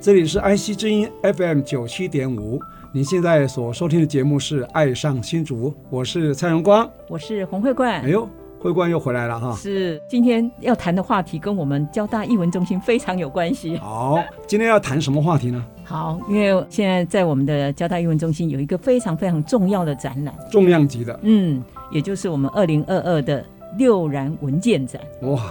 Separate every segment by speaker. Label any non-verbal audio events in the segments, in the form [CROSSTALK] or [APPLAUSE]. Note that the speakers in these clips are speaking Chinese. Speaker 1: 这里是 IC 之音 FM 九七点五，您现在所收听的节目是《爱上新竹》，我是蔡荣光。
Speaker 2: 我是洪慧冠。
Speaker 1: 哎呦，慧冠又回来了哈。
Speaker 2: 是今天要谈的话题跟我们交大艺文中心非常有关系。
Speaker 1: 好，今天要谈什么话题呢？
Speaker 2: 好，因为现在在我们的交大艺文中心有一个非常非常重要的展览，
Speaker 1: 重量级的，
Speaker 2: 嗯，也就是我们二零二二的六然文件展。
Speaker 1: 哇，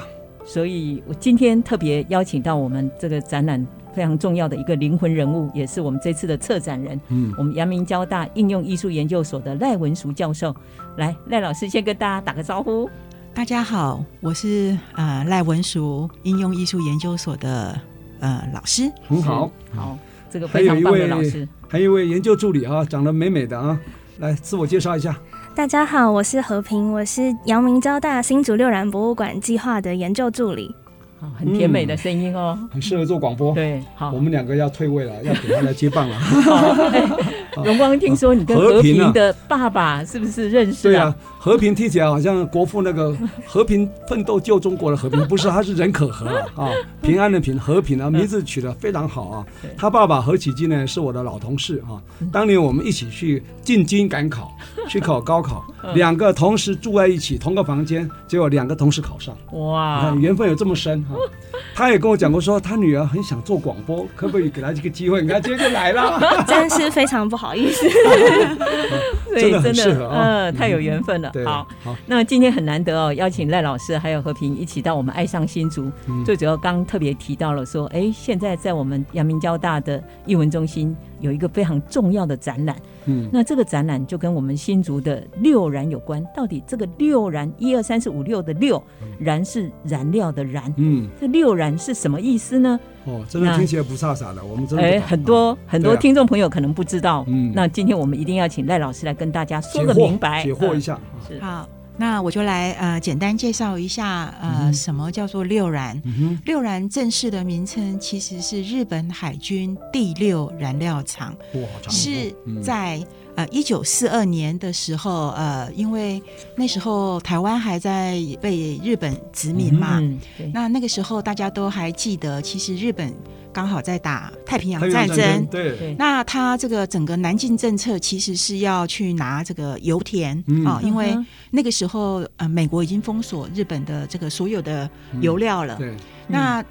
Speaker 2: 所以我今天特别邀请到我们这个展览非常重要的一个灵魂人物，也是我们这次的策展人，
Speaker 1: 嗯，
Speaker 2: 我们阳明交大应用艺术研究所的赖文淑教授。来，赖老师先跟大家打个招呼。
Speaker 3: 大家好，我是呃赖文淑应用艺术研究所的呃老师。
Speaker 1: 很好。
Speaker 2: 好，这个
Speaker 1: 嗯还
Speaker 2: 非
Speaker 1: 有
Speaker 2: 常
Speaker 1: 一
Speaker 2: 棒的
Speaker 1: 位
Speaker 2: 老师。，
Speaker 1: 还有一位研究助理啊，长得美美的啊，来自我介绍一下。
Speaker 4: 大家好，我是和平，我是阳明交大新竹六然博物馆计划的研究助理。 [LAUGHS]
Speaker 2: 好，哦很甜美的
Speaker 1: 嗯
Speaker 2: 声音哦。
Speaker 1: 很适合做广播。
Speaker 2: 对，好
Speaker 1: 我，们两个要退位了，要给他来接棒了。
Speaker 2: 荣光听说你跟
Speaker 1: 哦和
Speaker 2: 和
Speaker 1: 平啊
Speaker 2: 平的爸爸是不是认识
Speaker 1: 对啊？，和平听起来好像国父那个 [LAUGHS] 和平奋斗救中国的和平，不是，他是人可和啊，啊
Speaker 2: [LAUGHS]
Speaker 1: 平安的平，和平啊，名字取得非常好啊
Speaker 2: 嗯对。嗯
Speaker 1: 他爸爸何启基呢是我的老同事啊，当年我们一起去进京赶考，
Speaker 2: [LAUGHS]
Speaker 1: 去考高考，
Speaker 2: 嗯
Speaker 1: 两个同时住在一起，同个房间，结果两个同时考上，你
Speaker 2: 哇
Speaker 1: 看，缘分有这么深
Speaker 2: [LAUGHS]
Speaker 1: 哈、啊。他也跟我讲过说，他女儿很想做广播，可不可以给他这个机会？你看今天就来
Speaker 2: [LAUGHS]
Speaker 1: 了，
Speaker 4: 真是非常不好意思。
Speaker 2: 所以
Speaker 1: 真的很适合啊
Speaker 2: 嗯，太有缘分了。
Speaker 1: 对，
Speaker 2: 好
Speaker 1: 好。，
Speaker 2: 那今天很难得哦，邀请赖老师还有和平一起到我们爱上新竹。
Speaker 1: 嗯
Speaker 2: 最主要刚特别提到了说，哎，现在在我们阳明交大的艺文中心有一个非常重要的展览，
Speaker 1: 嗯，
Speaker 2: 那这个展览就跟我们新竹的六燃有关。到底这个六燃一二三四五六的六，燃是燃料的燃，
Speaker 1: 嗯，
Speaker 2: 这六燃是什么意思呢？
Speaker 1: 哦，真的听起来不飒飒的，我们真的不
Speaker 2: 哎，
Speaker 1: 懂
Speaker 2: 很
Speaker 1: 啊
Speaker 2: 多、很多
Speaker 1: 对啊
Speaker 2: 听众朋友可能不知道，
Speaker 1: 嗯
Speaker 2: 那今天我们一定要请赖老师来跟大家
Speaker 1: 解
Speaker 2: 说个
Speaker 1: 惑
Speaker 2: 明白，
Speaker 1: 解惑一下。啊
Speaker 2: 嗯。是
Speaker 3: 好，那我就来呃简单介绍一下呃、什么叫做六燃。
Speaker 1: 嗯哼，
Speaker 3: 六燃正式的名称其实是日本海军第六燃料厂，
Speaker 1: 哇，好长
Speaker 3: 是在呃一九四二年的时候，呃，因为那时候台湾还在被日本殖民嘛，
Speaker 2: 嗯，对，
Speaker 3: 那那个时候大家都还记得，其实日本刚好在打太平洋
Speaker 1: 太平
Speaker 3: 战
Speaker 1: 洋
Speaker 3: 争，
Speaker 1: 对，
Speaker 2: 对
Speaker 3: 那他这个整个南进政策其实是要去拿这个油田啊、
Speaker 1: 嗯
Speaker 3: 因为
Speaker 2: 嗯哼
Speaker 3: 那个时候呃，美国已经封锁日本的这个所有的油料了。
Speaker 2: 嗯
Speaker 1: 对，
Speaker 3: 那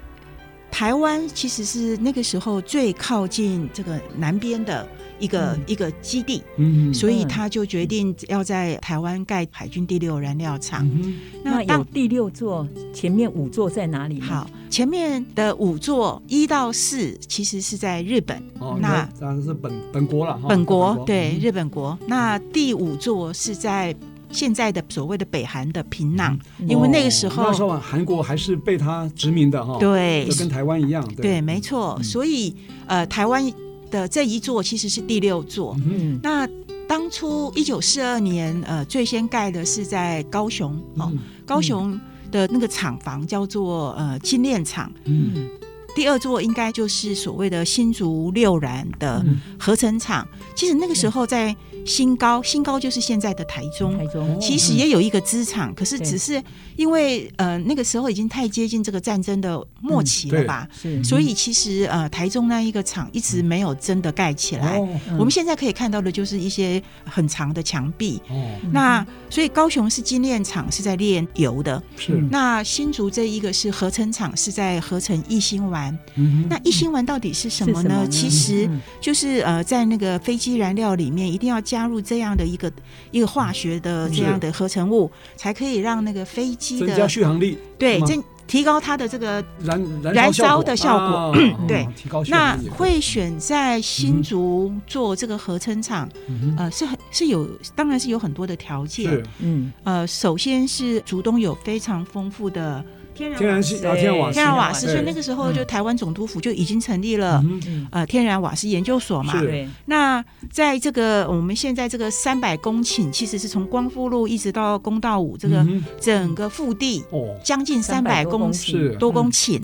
Speaker 3: 台湾其实是那个时候最靠近这个南边的一个、一个基地，
Speaker 1: 嗯，
Speaker 3: 所以他就决定要在台湾盖海军第六燃料厂。
Speaker 1: 嗯
Speaker 2: 那
Speaker 3: 当
Speaker 2: 有第六座，前面五座在哪里？
Speaker 3: 好，，前面的五座一到四其实是在日本，
Speaker 1: 哼哦，
Speaker 3: 那
Speaker 1: 那当然是本本国了哈，
Speaker 3: 本国对
Speaker 1: 嗯
Speaker 3: 日本国。那第五座是在现在的所谓的北韩的平壤，
Speaker 2: 嗯
Speaker 3: 因为那个时
Speaker 1: 哦
Speaker 3: 候
Speaker 1: 那时候啊韩国还是被他殖民的哈，，
Speaker 3: 对
Speaker 1: 就跟台湾一样，
Speaker 3: 对，没错。所以呃，台湾的这一座其实是第六座。
Speaker 2: 嗯，
Speaker 3: 那当初一九四二年，呃，最先盖的是在高雄哦，
Speaker 1: 嗯
Speaker 3: 高雄的那个厂房叫做呃精炼厂。
Speaker 1: 嗯
Speaker 2: 嗯
Speaker 3: 第二座应该就是所谓的新竹六然的
Speaker 2: 嗯
Speaker 3: 合成厂。其实那个时候在新高，新高就是现在的台中
Speaker 2: 台。中，
Speaker 3: 哦其实也有一个资产，可是
Speaker 2: 对
Speaker 3: 只是因为呃那个时候已经太接近这个战争的末期了吧，
Speaker 2: 嗯是
Speaker 3: 所以其实呃台中那一个厂一直没有真的盖起来。
Speaker 1: 哦
Speaker 2: 嗯
Speaker 3: 我们现在可以看到的就是一些很长的墙壁。
Speaker 1: 哦
Speaker 3: 那所以高雄是精炼厂是在炼油的，
Speaker 1: 是，
Speaker 3: 那新竹这一个是合成厂是在合成一心丸。
Speaker 1: 嗯哼
Speaker 3: 那一心丸到底是什
Speaker 2: 是
Speaker 3: 么呢？
Speaker 2: 什么呢
Speaker 3: 其实
Speaker 2: 嗯
Speaker 3: 就是呃在那个飞机燃料里面一定要加入这样的一个一个化学的这样的合成物，才可以让那个飞机
Speaker 1: 增加
Speaker 3: 的
Speaker 1: 续航力，
Speaker 3: 对
Speaker 1: 是吗
Speaker 3: 增提高它的这个
Speaker 1: 燃燃
Speaker 3: 燃
Speaker 1: 烧
Speaker 3: 烧的效果嗯
Speaker 1: 啊
Speaker 3: 对
Speaker 1: 哦提高续
Speaker 3: 那
Speaker 1: 航力。
Speaker 3: 会选在新竹做这个合成厂，
Speaker 1: 嗯哼
Speaker 3: 呃，是很是有，当然是有很多的条件
Speaker 1: 是。
Speaker 2: 嗯，
Speaker 3: 呃，首先是竹东有非常丰富的天然
Speaker 1: 天然气啊，天然瓦斯，
Speaker 3: 天然瓦斯，
Speaker 1: 对
Speaker 3: 所以那个时候就台湾总督府就已经成立了、
Speaker 1: 嗯哼
Speaker 2: 嗯
Speaker 3: 呃天然瓦斯研究所嘛。
Speaker 1: 是
Speaker 2: 对，
Speaker 3: 那在这个我们现在这个三百公顷，其实是从光复路一直到公道五这个
Speaker 1: 嗯哼
Speaker 3: 整个腹地，
Speaker 1: 哦，
Speaker 3: 将近三百
Speaker 2: 300公
Speaker 3: 公
Speaker 2: 顷
Speaker 1: 是
Speaker 3: 多公顷，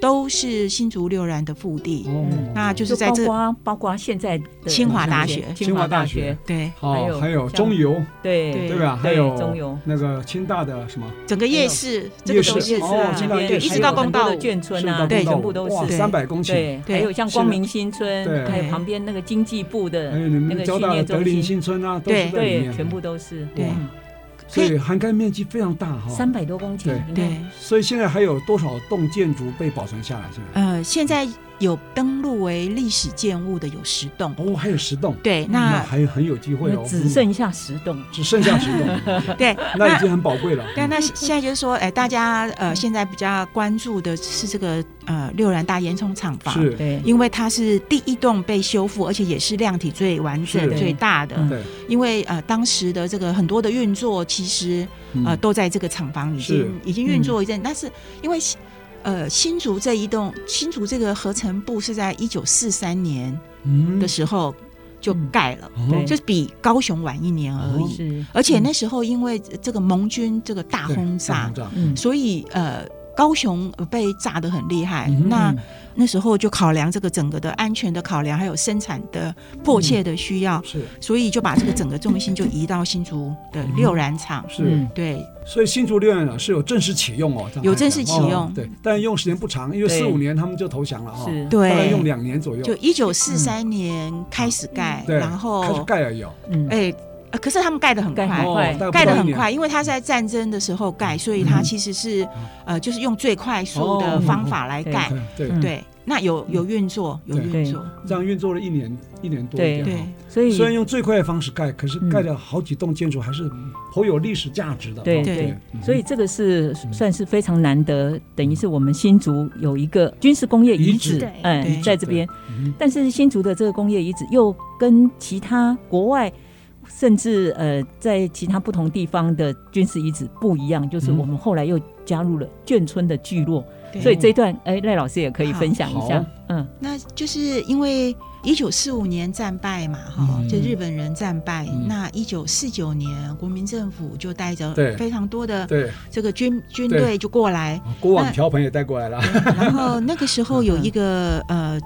Speaker 3: 都是新竹六然的腹地。
Speaker 1: 哦
Speaker 3: 嗯那就是
Speaker 2: 就
Speaker 3: 在
Speaker 2: 包
Speaker 3: 这
Speaker 2: 括包括现在的
Speaker 3: 清华大学
Speaker 2: 清华大学，
Speaker 3: 对
Speaker 2: 还
Speaker 1: 哦，
Speaker 2: 有
Speaker 1: 还有
Speaker 2: 像
Speaker 1: 中油
Speaker 2: 对
Speaker 3: 对
Speaker 1: 对吧？还
Speaker 2: 中油
Speaker 1: 有那个清大的什么
Speaker 3: 整个夜市，这
Speaker 1: 夜
Speaker 3: 个
Speaker 1: 市
Speaker 3: 都是啊
Speaker 1: 哦这
Speaker 2: 这
Speaker 1: 个
Speaker 3: 对，
Speaker 2: 边
Speaker 1: 夜市
Speaker 3: 一直到公道
Speaker 2: 啊还有很多的
Speaker 3: 五
Speaker 2: 眷村
Speaker 1: 是
Speaker 2: 啊，
Speaker 1: 到
Speaker 3: 对
Speaker 1: 公
Speaker 2: 对，全
Speaker 1: 道
Speaker 2: 部都
Speaker 1: 哇
Speaker 2: 是
Speaker 1: 三百公顷，
Speaker 2: 对，
Speaker 3: 对
Speaker 2: 还有像光明新
Speaker 1: 对
Speaker 2: 村，还有旁边那个经济部的
Speaker 1: 还有你
Speaker 2: 那
Speaker 1: 们
Speaker 2: 个
Speaker 1: 交
Speaker 2: 训
Speaker 1: 大的
Speaker 2: 练
Speaker 1: 德
Speaker 2: 中
Speaker 1: 林
Speaker 2: 心，
Speaker 1: 新村啊，都
Speaker 3: 对
Speaker 1: 是在里
Speaker 2: 对，
Speaker 1: 面，
Speaker 2: 全部都是嗯
Speaker 3: 对
Speaker 1: 哇
Speaker 3: 可
Speaker 1: 所
Speaker 3: 以
Speaker 1: 以涵盖面积非常大哈。
Speaker 2: 三百多公
Speaker 1: 哦
Speaker 2: 顷
Speaker 1: 对，
Speaker 2: 你看
Speaker 3: 对，
Speaker 1: 所以现在还有多少栋建筑被保存下来？现在
Speaker 3: 呃，现在有登录为历史建物的有十栋，
Speaker 1: 哦，还有十栋，
Speaker 3: 对，
Speaker 1: 那
Speaker 3: 那
Speaker 1: 还很有机会
Speaker 2: 那
Speaker 1: 哦，
Speaker 2: 只剩下十栋，
Speaker 1: 只剩下
Speaker 2: [LAUGHS]
Speaker 1: 十栋，
Speaker 3: [LAUGHS] 对，
Speaker 1: 那已经很宝贵了。嗯
Speaker 3: 但那现在就是说，哎，大家呃现在比较关注的是这个呃六然大烟囱厂房，
Speaker 1: 是，
Speaker 2: 对，
Speaker 3: 因为它是第一栋被修复，而且也是量体最完整
Speaker 1: 是、
Speaker 3: 最大的。
Speaker 2: 嗯
Speaker 1: 对，
Speaker 3: 因为呃当时的这个很多的运作，其实呃
Speaker 1: 嗯
Speaker 3: 都在这个厂房已
Speaker 1: 是
Speaker 3: 经已经运作一阵，但是因为新呃新竹这一栋新竹这个合成部是在一九四三年
Speaker 1: 嗯
Speaker 3: 的时候就
Speaker 2: 嗯
Speaker 3: 盖了，
Speaker 1: 哦
Speaker 3: 就是比高雄晚一年而已。
Speaker 2: 哦是，嗯
Speaker 3: 而且那时候因为这个盟军这个大
Speaker 1: 对
Speaker 3: 轰炸，
Speaker 1: 大轰炸
Speaker 2: 嗯，
Speaker 3: 所以呃，高雄呃被炸得很厉害。
Speaker 1: 嗯哼
Speaker 3: 那那时候就考量这个整个的安全的考量，还有生产的迫切的需要，
Speaker 1: 是
Speaker 3: 所以就把这个整个重心就移到新竹的六染厂。
Speaker 1: 是
Speaker 2: 嗯，
Speaker 3: 对
Speaker 1: 所以新竹六院长是有正式启用哦，这样
Speaker 3: 有正式启用
Speaker 1: 哦对，但用时间不长，因为
Speaker 2: 对
Speaker 1: 四五年他们就投降了哈，
Speaker 2: 是，
Speaker 1: 大概用
Speaker 3: 对，
Speaker 1: 两年左右，
Speaker 3: 哎就一九四三年开始盖，
Speaker 1: 对，
Speaker 3: 然
Speaker 1: 开始
Speaker 3: 后
Speaker 1: 盖而已哦，
Speaker 2: 嗯，
Speaker 3: 哎、呃可是他们盖得很
Speaker 2: 盖
Speaker 3: 快。
Speaker 2: 很快
Speaker 1: 哦大
Speaker 3: 盖得
Speaker 1: 概不到一
Speaker 3: 很
Speaker 1: 年
Speaker 3: 快，因为他在战争的时候盖，所以他其实是，呃，就是用最快速的
Speaker 1: 哦
Speaker 3: 方法来盖。
Speaker 1: 对，对，
Speaker 2: 嗯
Speaker 3: 对，那有有运作，有
Speaker 1: 对
Speaker 3: 运作，
Speaker 1: 这样运作了一年一年多一点
Speaker 3: 对
Speaker 1: 哈。。
Speaker 2: 所以
Speaker 1: 虽然用最快的方式盖，可是
Speaker 2: 嗯
Speaker 1: 盖了好几栋建筑还是颇有历史价值的。
Speaker 2: 对
Speaker 1: 哦
Speaker 3: 对
Speaker 1: 对，嗯
Speaker 2: 所以这个是算是非常难得，等于是我们新竹有一个军事工业遗
Speaker 1: 遗
Speaker 2: 址
Speaker 4: 址，
Speaker 3: 对遗
Speaker 2: 嗯，
Speaker 3: 址
Speaker 2: 在这边。
Speaker 1: 嗯
Speaker 2: 但是新竹的这个工业遗址又跟其他国外，甚至呃在其他不同地方的军事遗址不一样，就是
Speaker 1: 嗯
Speaker 2: 我们后来又加入了眷村的聚落，
Speaker 3: 对
Speaker 2: 所以这一段哎赖老师也可以分享一
Speaker 1: 好啊
Speaker 2: 下，嗯，
Speaker 3: 那就是因为一九四五年战败嘛，哈、
Speaker 1: 嗯
Speaker 3: 就日本人战败。
Speaker 1: 嗯
Speaker 3: 那一九四九年，国民政府就带着
Speaker 1: 对
Speaker 3: 非常多的
Speaker 1: 对，
Speaker 3: 这个军军队就过来，
Speaker 1: 锅碗
Speaker 3: 那
Speaker 1: 瓢盆也带过来了。
Speaker 3: 然后那个时候有一
Speaker 1: [LAUGHS]
Speaker 3: 个
Speaker 1: 嗯
Speaker 3: 呃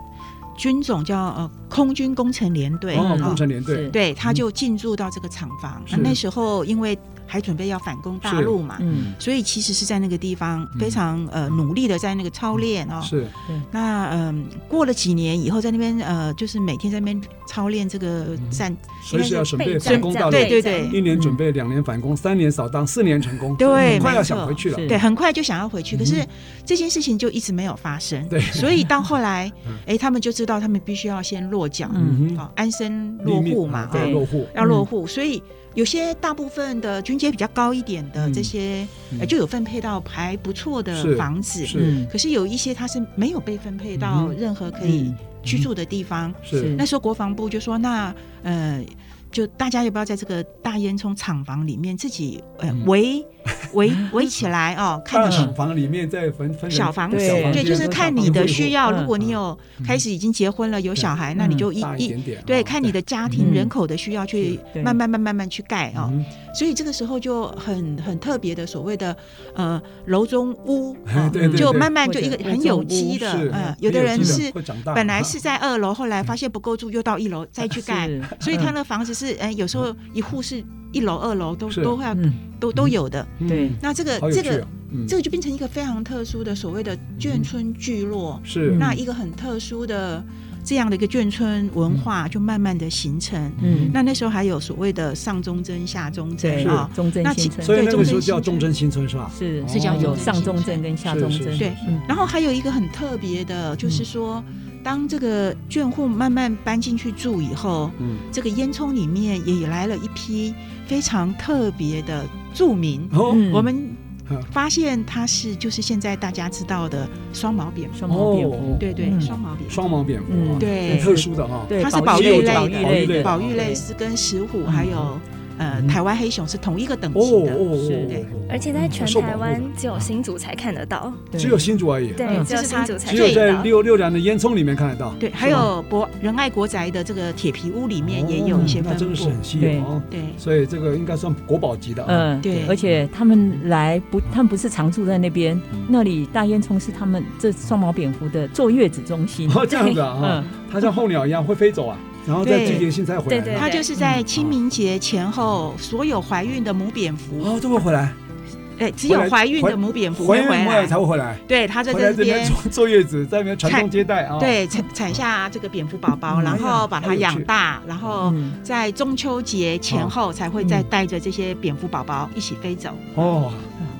Speaker 3: 军种叫呃空军工程连队，
Speaker 1: 哦，嗯
Speaker 3: 哈
Speaker 1: 工程连队
Speaker 2: 是，
Speaker 3: 对，他就进驻到这个厂房。
Speaker 1: 是
Speaker 3: 那那时候因为还准备要反攻大陆嘛。
Speaker 2: 嗯，
Speaker 3: 所以其实是在那个地方
Speaker 1: 嗯
Speaker 3: 非常呃努力的在那个操练哦，
Speaker 1: 是
Speaker 3: 那嗯、过了几年以后，在那边呃，就是每天在那边操练这个战，
Speaker 1: 随时要准备
Speaker 4: 备
Speaker 1: 反
Speaker 4: 战
Speaker 1: 攻
Speaker 4: 这
Speaker 1: 大
Speaker 4: 样
Speaker 1: 陆，
Speaker 3: 对对
Speaker 4: 备战
Speaker 3: 对
Speaker 1: 一年准备，两年反攻，三年扫荡，四年成功，
Speaker 3: 对
Speaker 1: 很快
Speaker 3: 没
Speaker 1: 要
Speaker 3: 错
Speaker 1: 想回去了。
Speaker 2: 是
Speaker 3: 对，很快就想要回去。
Speaker 1: 嗯
Speaker 3: 可是这件事情就一直没有发生，
Speaker 1: 对
Speaker 3: 所以到后来
Speaker 1: [LAUGHS] 嗯，
Speaker 3: 哎，他们就知道他们必须要先落脚，
Speaker 2: 嗯
Speaker 1: 嗯哼，
Speaker 3: 哦，安身
Speaker 1: 立
Speaker 3: 落
Speaker 1: 命
Speaker 3: 户嘛，
Speaker 1: 嗯对，嗯
Speaker 3: 哦
Speaker 1: 落户
Speaker 3: 要落户。所以有些大部分的军阶比较高一点的
Speaker 1: 嗯
Speaker 3: 这些，
Speaker 1: 嗯
Speaker 3: 呃就有分配到还不错
Speaker 1: 是
Speaker 3: 的房子，
Speaker 1: 是
Speaker 3: 可是有一些它是没有被分配到
Speaker 1: 嗯
Speaker 3: 任何可以
Speaker 2: 嗯
Speaker 3: 居住的地方。
Speaker 1: 是
Speaker 3: 那时候国防部就说，那呃，就大家要不要在这个大烟囱厂房里面自己呃
Speaker 1: 嗯
Speaker 3: 围围围起来哦，看
Speaker 1: 大
Speaker 3: 你
Speaker 1: 厂房里面再分分人
Speaker 3: 小房子，
Speaker 2: 对小房
Speaker 3: 对，
Speaker 2: 间
Speaker 3: 就是看你的需要。
Speaker 2: 嗯
Speaker 3: 如果你有开始已经结婚了，有小孩，那你就一
Speaker 1: 大一
Speaker 3: 一。
Speaker 1: 点点，
Speaker 3: 对，
Speaker 1: 哦
Speaker 3: 看你的家庭人口的需要去
Speaker 2: 对
Speaker 3: 慢慢慢慢慢去盖哦，
Speaker 1: 嗯
Speaker 3: 所以这个时候就很很特别的所谓的呃楼中屋，
Speaker 1: 哎
Speaker 3: 哦
Speaker 1: [LAUGHS] 对对
Speaker 3: 就
Speaker 1: 对
Speaker 3: 慢慢
Speaker 2: 或
Speaker 3: 就
Speaker 2: 者
Speaker 3: 一个
Speaker 2: 屋
Speaker 3: 很
Speaker 2: 中
Speaker 3: 有
Speaker 2: 屋
Speaker 3: 机的
Speaker 1: 是，
Speaker 3: 嗯，有的
Speaker 1: 很
Speaker 3: 人
Speaker 1: 机
Speaker 3: 是
Speaker 1: 会长大，
Speaker 3: 本来是在二楼，后来发现不够住，又到一楼再去盖，
Speaker 2: 啊
Speaker 3: 嗯
Speaker 2: 是
Speaker 3: 所以他的房子是，哎，有时候一户是一楼、二楼都
Speaker 1: 是
Speaker 3: 都会要
Speaker 2: 嗯
Speaker 3: 都都有的。
Speaker 1: 嗯
Speaker 2: 对
Speaker 3: 那这个
Speaker 1: 好有
Speaker 3: 这
Speaker 1: 趣
Speaker 3: 个
Speaker 1: 哦，嗯
Speaker 3: 这个就变成一个非常特殊的所谓的眷村聚落，
Speaker 1: 是
Speaker 3: 那一个很特殊的这样的一个眷村文化就慢慢的形成。
Speaker 2: 嗯，
Speaker 3: 那那时候还有所谓的上中贞、下中
Speaker 2: 对
Speaker 3: 贞啊，，
Speaker 2: 中正
Speaker 3: 那
Speaker 2: 新
Speaker 3: 其
Speaker 2: 村
Speaker 1: 所以
Speaker 3: 对
Speaker 1: 那个
Speaker 3: 中
Speaker 1: 时候
Speaker 3: 正
Speaker 1: 叫
Speaker 3: 新
Speaker 1: 忠贞新村是吧？
Speaker 2: 是
Speaker 1: 是叫
Speaker 2: 有
Speaker 1: 中正
Speaker 2: 上
Speaker 3: 新
Speaker 2: 中
Speaker 3: 村
Speaker 2: 正跟下嗯
Speaker 1: 是
Speaker 2: 中
Speaker 1: 是
Speaker 2: 正，
Speaker 1: 是
Speaker 3: 对
Speaker 1: 是
Speaker 3: 然后还有一个很特别的，就是说，当这个眷户慢慢搬进去住以后，
Speaker 1: 嗯，
Speaker 3: 这个烟囱里面也来了一批非常特别的住民。
Speaker 1: 哦，
Speaker 2: 嗯
Speaker 3: 我们
Speaker 1: 嗯
Speaker 3: 发现它是就是现在大家知道的双毛蝙蝠，
Speaker 2: 双毛蝙蝠，
Speaker 1: 哦
Speaker 3: 对对，
Speaker 2: 嗯
Speaker 3: 双毛蝙蝠，
Speaker 1: 双毛蝙蝠啊
Speaker 2: 嗯，
Speaker 3: 对
Speaker 1: 很特殊的啊哈，
Speaker 2: 对，
Speaker 3: 它是
Speaker 2: 保
Speaker 3: 保
Speaker 1: 育
Speaker 2: 育
Speaker 1: 类
Speaker 2: 保
Speaker 1: 的
Speaker 2: 育类的
Speaker 3: 保育类
Speaker 2: 对
Speaker 3: 是跟石虎
Speaker 2: 嗯
Speaker 3: 还有呃
Speaker 2: 嗯
Speaker 3: 台湾黑熊是同一个等
Speaker 1: 哦
Speaker 3: 级的。
Speaker 1: 哦
Speaker 2: 是对
Speaker 1: 哦，
Speaker 4: 而且在全
Speaker 1: 受保
Speaker 4: 台
Speaker 1: 护
Speaker 4: 湾
Speaker 1: 的啊
Speaker 4: 只有新竹才看得到，
Speaker 2: 对
Speaker 1: 只有新竹而已，
Speaker 4: 对，
Speaker 2: 嗯
Speaker 4: 只
Speaker 3: 这
Speaker 4: 有
Speaker 3: 是
Speaker 4: 新
Speaker 3: 它
Speaker 4: 竹才
Speaker 1: 只有
Speaker 4: 看
Speaker 1: 在
Speaker 4: 得到。
Speaker 1: 六六良的烟囱里面看得到，
Speaker 3: 对，还有博仁爱国宅的这个铁皮屋里面也有一些
Speaker 1: 哦那
Speaker 3: 分
Speaker 1: 真的是
Speaker 3: 布。
Speaker 1: 很稀有哦，
Speaker 3: 对，
Speaker 1: 所以这个应该算国宝级的啊，
Speaker 2: 嗯，
Speaker 3: 对
Speaker 2: 而且他们来不，他们不是常住在那边，
Speaker 1: 嗯
Speaker 2: 那里大烟囱是他们这双毛蝙蝠的坐月子中心。
Speaker 1: 哦这样子啊，哈
Speaker 2: 嗯，
Speaker 1: 它像候鸟一样会飞走啊，然后在
Speaker 3: 对
Speaker 1: 季节性才回来
Speaker 4: 对对
Speaker 1: 啊，
Speaker 3: 它就是在清明节前后，所有怀孕的母蝙蝠，
Speaker 1: 哦，都会回来，
Speaker 3: 哎，只有怀孕的母蝙蝠
Speaker 1: 回
Speaker 3: 会
Speaker 1: 来
Speaker 3: 回
Speaker 1: 回来才
Speaker 3: 来。
Speaker 1: 会回来，
Speaker 3: 对，它在
Speaker 1: 回来
Speaker 3: 这
Speaker 1: 这边
Speaker 3: 边
Speaker 1: 坐坐月子，在那边传宗接代啊，，
Speaker 3: 对产产下这个蝙蝠宝宝，
Speaker 1: 嗯
Speaker 3: 然后把它养大，然后
Speaker 2: 嗯，
Speaker 3: 在中秋节前后才会再带着这些蝙蝠宝宝一起飞走。
Speaker 1: 哦。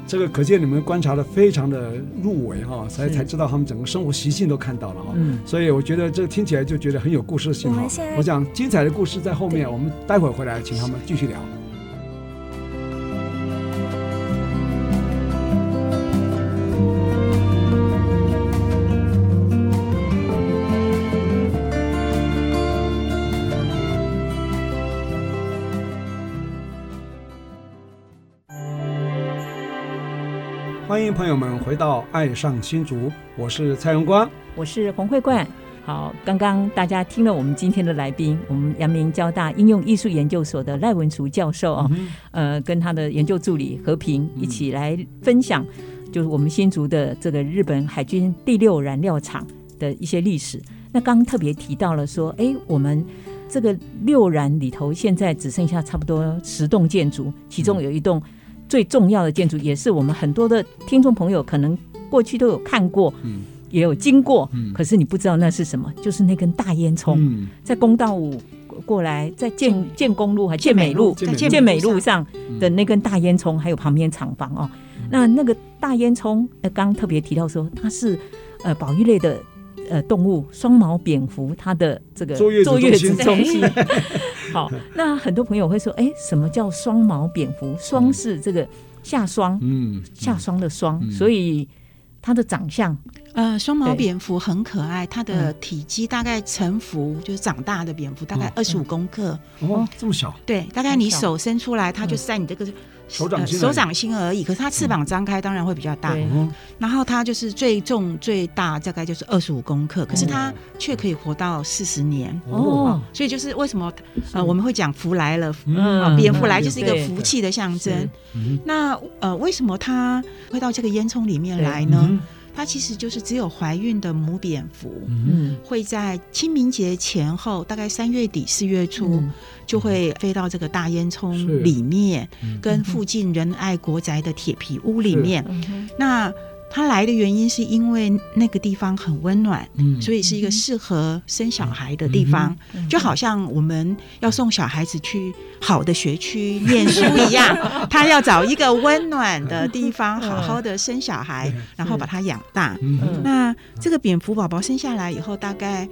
Speaker 1: 这个可见你们观察的非常的入围哈、才
Speaker 2: 是
Speaker 1: 才知道他们整个生活习性都看到了哈、
Speaker 2: 嗯
Speaker 1: 所以我觉得这听起来就觉得很有故事性
Speaker 4: 我
Speaker 1: 哈
Speaker 4: 们现在。
Speaker 1: 我想精彩的故事在后
Speaker 4: 对
Speaker 1: 面，我们待会儿回来请他们继续聊。欢迎朋友们回到《爱上新竹》，我是蔡荣光。
Speaker 2: 我是黄慧冠。好，刚刚大家听了我们今天的来宾，我们阳明交大应用艺术研究所的赖文竹教授哦，
Speaker 1: 嗯
Speaker 2: 呃，跟他的研究助理和平
Speaker 1: 嗯
Speaker 2: 一起来分享，就是我们新竹的这个日本海军第六燃料厂的一些历史。那刚刚特别提到了说，哎，我们这个六燃里头现在只剩下差不多十栋建筑，其
Speaker 1: 嗯
Speaker 2: 中有一栋最重要的建筑，也是我们很多的听众朋友可能过去都有看过，
Speaker 1: 嗯
Speaker 2: 也有经过，
Speaker 1: 嗯
Speaker 2: 可是你不知道那是什么，就是那根大烟囱。
Speaker 1: 嗯，
Speaker 2: 在公道五过来，在建建公路还建美路
Speaker 1: 健美路
Speaker 3: 在
Speaker 2: 建美路
Speaker 3: 上
Speaker 2: 上
Speaker 1: 嗯
Speaker 2: 的那根大烟囱，还有旁边厂房哦。那那个大烟囱，呃，刚刚特别提到说它是呃保育类的呃动物双毛蝙蝠，它的这个
Speaker 1: 坐月子中心
Speaker 2: 子中心。
Speaker 1: [LAUGHS]
Speaker 2: 好，那很多朋友会说，哎，什么叫双毛蝙蝠？双是这个下双，
Speaker 1: 嗯，
Speaker 2: 下双的双，
Speaker 1: 嗯
Speaker 2: 所以它的长相
Speaker 3: 呃，双毛
Speaker 2: 对
Speaker 3: 蝙蝠很可爱，它
Speaker 1: 嗯
Speaker 3: 的体积大概成蝠就是长大的蝙蝠，大概二十五公克。
Speaker 1: 哦，这么嗯小，
Speaker 3: 对，大概
Speaker 2: 很
Speaker 3: 你
Speaker 2: 小
Speaker 3: 手伸出来，它就
Speaker 2: 嗯
Speaker 3: 在你这个
Speaker 1: 手掌
Speaker 3: 呃
Speaker 1: 心而已
Speaker 3: 手掌心而已。可是它翅膀张开，当然会比较大。
Speaker 2: 对
Speaker 1: 嗯
Speaker 3: 然后它就是最重最大，大概就是二十五公克，可是
Speaker 1: 嗯
Speaker 3: 它却可以活到四十年。
Speaker 2: 哦，
Speaker 3: 所以就是为什么呃我们会讲福来了，啊
Speaker 2: 嗯
Speaker 3: 蝙蝠来就是一个
Speaker 2: 对
Speaker 3: 福气的象
Speaker 2: 是
Speaker 3: 征。
Speaker 1: 嗯
Speaker 3: 那呃为什么它会到这个烟囱里面来呢？
Speaker 1: 嗯
Speaker 3: 它其实就是只有怀孕的母蝙蝠。
Speaker 1: 嗯
Speaker 2: 嗯
Speaker 3: 会在清明节前后，大概三月底四月初、
Speaker 2: 嗯
Speaker 3: 就会飞到这个大烟
Speaker 1: 是
Speaker 3: 囱里面，
Speaker 1: 嗯
Speaker 3: 跟附近仁爱国宅的铁皮屋里面。
Speaker 2: 嗯哼
Speaker 3: 那它来的原因是因为那个地方很温暖，
Speaker 1: 嗯
Speaker 3: 所
Speaker 1: 以
Speaker 3: 以是一个适合生小孩的地方，
Speaker 2: 嗯
Speaker 3: 就好像我们要送小孩子去好的学区念书一
Speaker 2: [LAUGHS]
Speaker 3: 样，他要找一个温暖的地方，
Speaker 2: 嗯
Speaker 3: 好好的生小孩
Speaker 1: 嗯，
Speaker 3: 然后把他养大。
Speaker 2: 嗯
Speaker 3: 那这个蝙蝠宝宝生下来以后，大概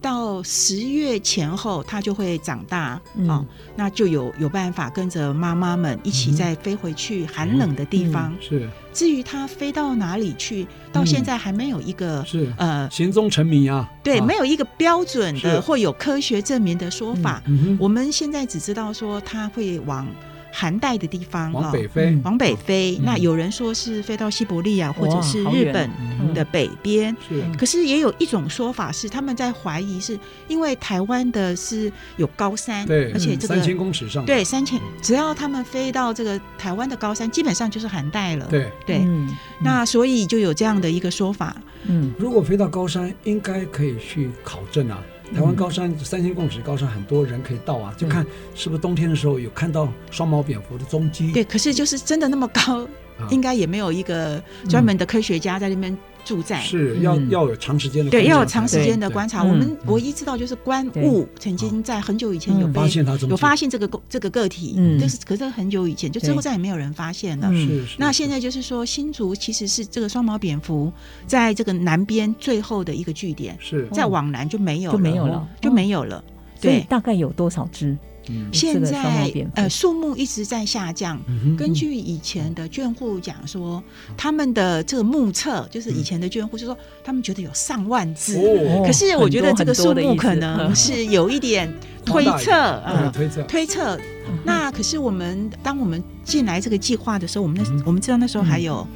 Speaker 3: 到十月前后，它就会长大、
Speaker 2: 嗯
Speaker 3: 哦，那就有有办法跟着妈妈们一起再飞回去寒冷的地
Speaker 2: 嗯
Speaker 3: 方。
Speaker 1: 是
Speaker 3: 至于它飞到哪里去，到现在还没有一个、
Speaker 1: 是
Speaker 3: 呃，
Speaker 1: 行踪成谜啊，
Speaker 3: 对，
Speaker 1: 啊
Speaker 3: 没有一个标准
Speaker 1: 是
Speaker 3: 的或有科学证明的说法。
Speaker 1: 嗯哼
Speaker 3: 我们现在只知道说它会往寒带的地方
Speaker 1: 往
Speaker 3: 哦
Speaker 1: 北飞，
Speaker 3: 往北飞。
Speaker 1: 嗯
Speaker 3: 那有人说是飞到西伯利亚或者是
Speaker 2: 哇好
Speaker 3: 日
Speaker 2: 远
Speaker 3: 本
Speaker 1: 嗯
Speaker 3: 的北边。
Speaker 1: 是
Speaker 3: 可是也有一种说法是，他们在怀疑是因为台湾的是有高山，
Speaker 1: 对，嗯
Speaker 3: 而且这
Speaker 1: 三千
Speaker 3: 个
Speaker 1: 公尺上，
Speaker 3: 对三千，只要他们飞到这个台湾的高山，基本上就是寒带了。
Speaker 1: 对，
Speaker 2: 嗯
Speaker 3: 那所以就有这样的一个说法，
Speaker 2: 嗯
Speaker 1: 如果飞到高山，应该可以去考证啊。台湾高山三千公尺高山，很多人可以到啊，就看是不是冬天的时候有看到双毛蝙蝠的踪迹。
Speaker 3: 对。可是就是真的那么高
Speaker 2: 嗯
Speaker 1: 啊，
Speaker 3: 应该也没有一个专门的科学家在那边住在。
Speaker 1: 是要
Speaker 2: 嗯
Speaker 1: 要有长时间的
Speaker 3: 对，
Speaker 1: 观察
Speaker 3: 要有长时间的
Speaker 1: 对
Speaker 3: 观察。
Speaker 2: 对
Speaker 3: 我们
Speaker 2: 嗯
Speaker 3: 唯一知道就是观物曾经在很久以前有
Speaker 2: 嗯
Speaker 3: 被
Speaker 1: 发现它这么
Speaker 3: 有发现这个个这个个体，
Speaker 2: 嗯
Speaker 3: 就是可是很久以前，就之后
Speaker 2: 对
Speaker 3: 再也没有人发现了。
Speaker 2: 嗯
Speaker 1: 是是
Speaker 3: 那
Speaker 1: 是
Speaker 3: 现在就是说，新竹其实是这个双毛蝙蝠在这个南边最后的一个据点，
Speaker 1: 是
Speaker 3: 再往南就没有
Speaker 2: 就没有了哦
Speaker 3: 就没有了。
Speaker 2: 所以
Speaker 3: 对，
Speaker 2: 大概有多少只？
Speaker 1: 嗯
Speaker 3: 现
Speaker 2: 这个双毛
Speaker 3: 在
Speaker 2: 蝙蝠
Speaker 3: 呃数目一直在下降。
Speaker 1: 嗯哼
Speaker 3: 根据以前的眷户讲说，他们的这个目测，就是以前的眷户，就说他们觉得有上万只。
Speaker 1: 哦
Speaker 3: 可是我觉得这个数
Speaker 2: 很多
Speaker 3: 目
Speaker 2: 很多的意思
Speaker 3: 可能是有一点推测
Speaker 1: 对
Speaker 3: 啊，
Speaker 1: 推测
Speaker 3: 推测。那可是我们当我们进来这个计划的时候，我们
Speaker 1: 嗯
Speaker 3: 那我们知道那时候还有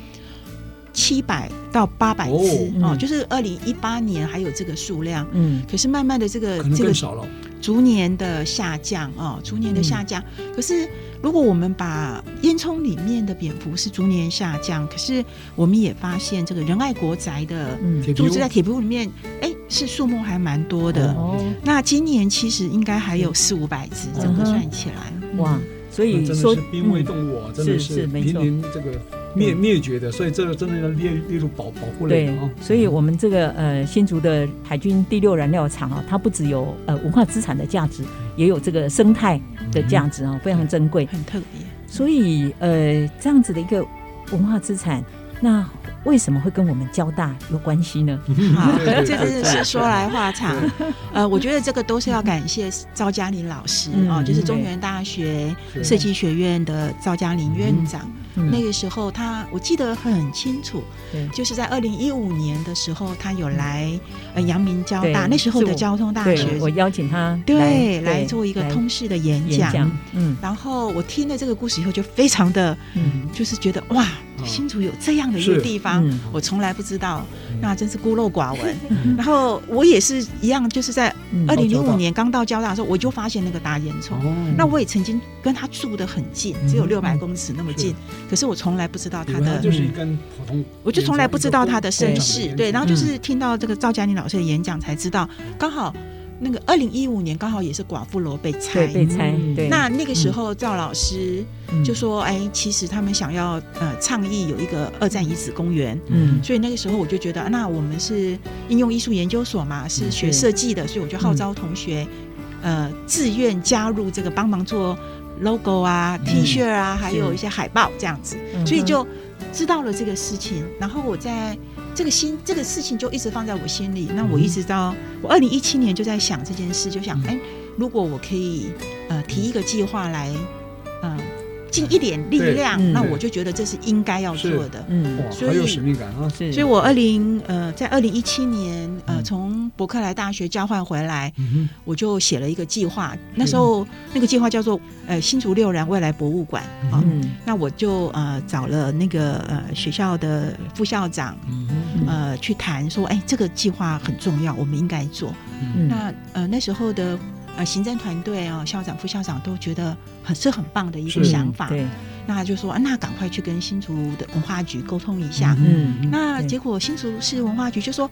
Speaker 3: 七百到八百只
Speaker 2: 哦
Speaker 3: 哦，
Speaker 2: 嗯
Speaker 3: 就是二零一八年还有这个数量。
Speaker 2: 嗯，
Speaker 3: 可是慢慢的这个
Speaker 1: 可能
Speaker 3: 这
Speaker 1: 更
Speaker 3: 个
Speaker 1: 少了，
Speaker 3: 逐年的下降哦，逐年的下降。可是如果我们把烟囱里面的蝙蝠是逐年下降，可是我们也发现这个仁爱国宅的
Speaker 2: 嗯
Speaker 1: 铁皮
Speaker 3: 住
Speaker 1: 屋
Speaker 3: 址在铁皮屋里面，哎，是数目还蛮多的。
Speaker 2: 哦，
Speaker 3: 那今年其实应该还有四五百只，整个
Speaker 2: 嗯哼
Speaker 3: 算起来。
Speaker 2: 哇，
Speaker 1: 嗯那
Speaker 2: 所以
Speaker 1: 真的
Speaker 2: 说
Speaker 1: 是濒危
Speaker 2: 嗯
Speaker 1: 动物啊，真的
Speaker 2: 是
Speaker 1: 是
Speaker 2: 是没
Speaker 1: 濒
Speaker 2: 错
Speaker 1: 临这个
Speaker 3: 嗯
Speaker 1: 灭灭绝的，所以这个真的要列列入保保护类
Speaker 2: 对
Speaker 1: 的啊，。
Speaker 2: 所以我们这个呃新竹的海军第六燃料厂啊，它不只有呃文化资产的价值，也有这个生态的价值啊，非常珍贵。
Speaker 1: 嗯
Speaker 3: 很特别，
Speaker 2: 所以呃这样子的一个文化资产，那为什么会跟我们交大有关系呢？
Speaker 1: 嗯
Speaker 2: [LAUGHS]
Speaker 3: 好，
Speaker 1: 对对对
Speaker 3: 这真的
Speaker 1: 对
Speaker 3: 是说来话长。呃，我觉得这个都是要感谢赵嘉玲老师
Speaker 2: 嗯
Speaker 3: 哦，就是
Speaker 2: 嗯
Speaker 3: 中原大学
Speaker 1: 是
Speaker 3: 设计学院的赵嘉玲院长。
Speaker 2: 嗯
Speaker 3: 那个时候他我记得很清楚
Speaker 2: 对，
Speaker 3: 就是在二零一五年的时候，他有来呃阳明交大，
Speaker 2: 对
Speaker 3: 那时候
Speaker 2: 是
Speaker 3: 的
Speaker 2: 我
Speaker 3: 交通大
Speaker 2: 对
Speaker 3: 学，，
Speaker 2: 我邀请他
Speaker 3: 对
Speaker 2: 来
Speaker 3: 来做一个
Speaker 2: 来
Speaker 3: 通识的演
Speaker 2: 演讲，嗯
Speaker 3: 然后我听了这个故事以后，就非常的
Speaker 2: 嗯
Speaker 3: 就是觉得哇，
Speaker 1: 嗯
Speaker 3: 新竹有这样的一个
Speaker 1: 是
Speaker 3: 地方，
Speaker 2: 哦嗯
Speaker 3: 我从来不知道
Speaker 1: 嗯，
Speaker 3: 那真是孤陋寡闻。
Speaker 1: 嗯
Speaker 3: 然后我也是一样，就是在
Speaker 2: 嗯
Speaker 3: 二零零
Speaker 1: 交大
Speaker 3: 五年刚到交大的时候，我就发现那个大烟囱。
Speaker 1: 哦
Speaker 3: 那我也曾经跟他住得很近，只有
Speaker 1: 嗯
Speaker 3: 六百公尺那么近
Speaker 1: 是，
Speaker 3: 可是我从来不知道
Speaker 1: 以
Speaker 3: 他
Speaker 1: 为它
Speaker 3: 的嗯
Speaker 1: 就，是一根普通，
Speaker 3: 我就从来不知道他的身世。对，然后就
Speaker 2: 嗯
Speaker 3: 是听到这个赵佳妮老师的演讲才知道，刚好那个二零一五年刚好也是寡妇楼被拆
Speaker 2: [LAUGHS] 对，被拆
Speaker 1: 嗯
Speaker 2: 对，
Speaker 3: 那那个时候赵老师就说，哎，其实他们想要呃倡议有一个二战遗址公园。
Speaker 2: 嗯
Speaker 3: 所以那个时候我就觉得，啊那我们是应用艺术研究所嘛，是
Speaker 2: 嗯
Speaker 3: 学
Speaker 2: 对嗯
Speaker 3: 设计的，所以我就号召同学，呃，自愿加入这个帮忙做 logo 啊、T 恤啊，还有一些海报这样子，
Speaker 2: 嗯
Speaker 3: 所以就知道了这个事情。然后我在这个心这个事情就一直放在我心里。那我一直
Speaker 2: 嗯
Speaker 3: 到我二零一七年就在想这件事，就想，哎、如果我可以呃提一个计划来，呃，尽一点力
Speaker 1: 对
Speaker 3: 量，
Speaker 2: 嗯
Speaker 3: 那我就觉得这是应该要
Speaker 1: 是
Speaker 3: 做的。
Speaker 2: 嗯
Speaker 1: 哇，
Speaker 3: 所
Speaker 1: 好有
Speaker 3: 以
Speaker 1: 使命感啊！
Speaker 2: 是，
Speaker 3: 所以我二零呃，在二零一七年呃，
Speaker 1: 嗯
Speaker 3: 从伯克莱大学交换回来，
Speaker 1: 嗯
Speaker 3: 我就写了一个计划。那时候
Speaker 2: 嗯
Speaker 3: 那个计划叫做呃新竹六然未来博物馆啊、
Speaker 2: 嗯
Speaker 3: 那我就呃找了那个呃学校的副校长
Speaker 1: 哼，
Speaker 3: 呃去谈说，哎，这个计划很重要，我们应该做。
Speaker 2: 嗯
Speaker 3: 那呃那时候的呃行政团队啊、校长、副校长都觉得很是很棒的一个
Speaker 1: 是
Speaker 3: 想法。
Speaker 2: 对，
Speaker 3: 那就说、啊那赶快去跟新竹的文化局沟通一下。
Speaker 2: 嗯
Speaker 3: 那
Speaker 2: 对
Speaker 3: 结果新竹市文化局就说。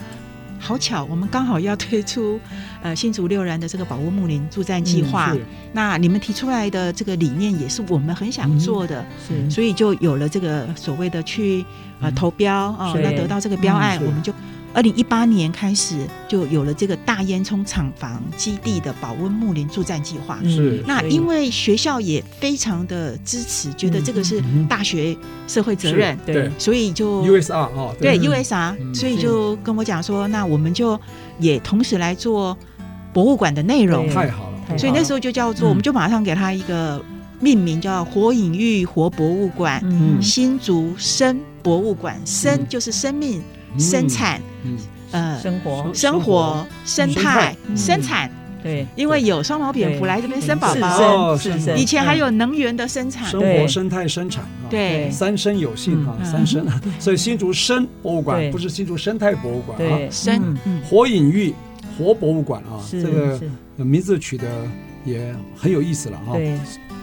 Speaker 3: 好巧，我们刚好要推出 [LAUGHS] 呃新竹六然的这个保护木林助战计划、
Speaker 1: 嗯是
Speaker 3: 那你们提出来的这个理念也是我们很想做的，
Speaker 2: 是
Speaker 3: 所以就有了这个所谓的去呃
Speaker 1: 嗯
Speaker 3: 投标啊、
Speaker 2: 是
Speaker 3: 那得到这个标
Speaker 1: 嗯
Speaker 3: 案，
Speaker 1: 是
Speaker 3: 我们就二零一八年开始就有了这个大烟囱厂房基地的保温木林助战计划。
Speaker 1: 是
Speaker 3: 嗯那
Speaker 2: 所以
Speaker 3: 因为学校也非常的支持，觉得这个是
Speaker 1: 嗯嗯
Speaker 3: 大学社会责任，
Speaker 2: 对
Speaker 1: 对
Speaker 3: 所以就
Speaker 1: USR 啊，
Speaker 3: 对
Speaker 2: 嗯
Speaker 3: USR，、
Speaker 1: 嗯
Speaker 3: 所以就跟我讲说，那我们就也同时来做博物馆的内容
Speaker 2: 对，
Speaker 1: 太好了，
Speaker 2: 太
Speaker 3: 所以那时候就叫做，
Speaker 2: 嗯
Speaker 3: 我们就马上给它一个命名，叫火影玉活博物馆、
Speaker 2: 嗯
Speaker 3: 新竹生博物馆。生
Speaker 1: 嗯
Speaker 3: 就是生命、
Speaker 1: 嗯
Speaker 3: 生，产，
Speaker 1: 嗯
Speaker 3: 呃，
Speaker 2: 生活
Speaker 3: 生活、生态、
Speaker 2: 嗯
Speaker 3: 生产，
Speaker 2: 对
Speaker 3: 因为有双毛蝙蝠
Speaker 2: 对
Speaker 3: 来这边生宝
Speaker 1: 是
Speaker 3: 宝，
Speaker 1: 哦
Speaker 2: 是
Speaker 1: 是
Speaker 2: 是
Speaker 1: 是
Speaker 3: 以前还有能源的生产
Speaker 1: 生，活、生态、生产啊，
Speaker 3: 对
Speaker 1: 三生有幸啊，
Speaker 3: 嗯
Speaker 1: 三生，所以新竹生博物
Speaker 2: 对
Speaker 1: 馆不是新竹生态博物馆啊
Speaker 2: 对，
Speaker 3: 生，嗯，
Speaker 1: 活隐喻活博物馆啊，
Speaker 2: 是
Speaker 1: 这个
Speaker 2: 是
Speaker 1: 名字取得也很有意思了啊，
Speaker 2: 对，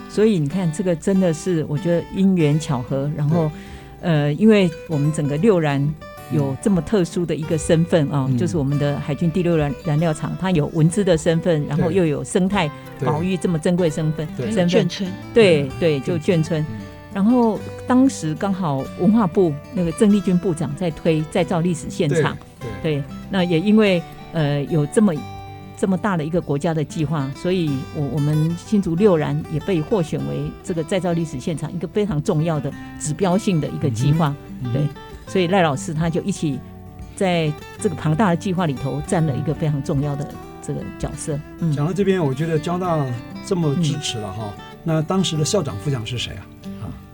Speaker 2: 所以你看，这个真的是我觉得因缘巧合，然后呃，因为我们整个六然
Speaker 3: 嗯
Speaker 2: 有这么特殊的一个身份啊、
Speaker 1: 嗯
Speaker 2: 就是我们的海军第六燃燃料厂，它有文资的身份，然后
Speaker 1: 对
Speaker 2: 又有生态
Speaker 1: 对
Speaker 2: 保育这么珍贵身份
Speaker 1: 对
Speaker 2: 身
Speaker 3: 眷
Speaker 2: 份，
Speaker 3: 村，
Speaker 2: 对对，就眷村
Speaker 1: 嗯。
Speaker 2: 然后当时刚好文化部那个郑丽君部长在推再造历史现
Speaker 1: 对
Speaker 2: 场，
Speaker 1: 对
Speaker 2: 对，那也因为呃有这么这么大的一个国家的计划，所以我我们新竹六然也被获选为这个再造历史现场一个非常重要的指标性的一个计划，
Speaker 1: 嗯
Speaker 2: 对，所以赖老师他就一起在这个庞大的计划里头占了一个非常重要的这个角色，嗯，
Speaker 1: 讲到这边，我觉得交大这么支持了哈，那当时的校长、副校长是谁啊？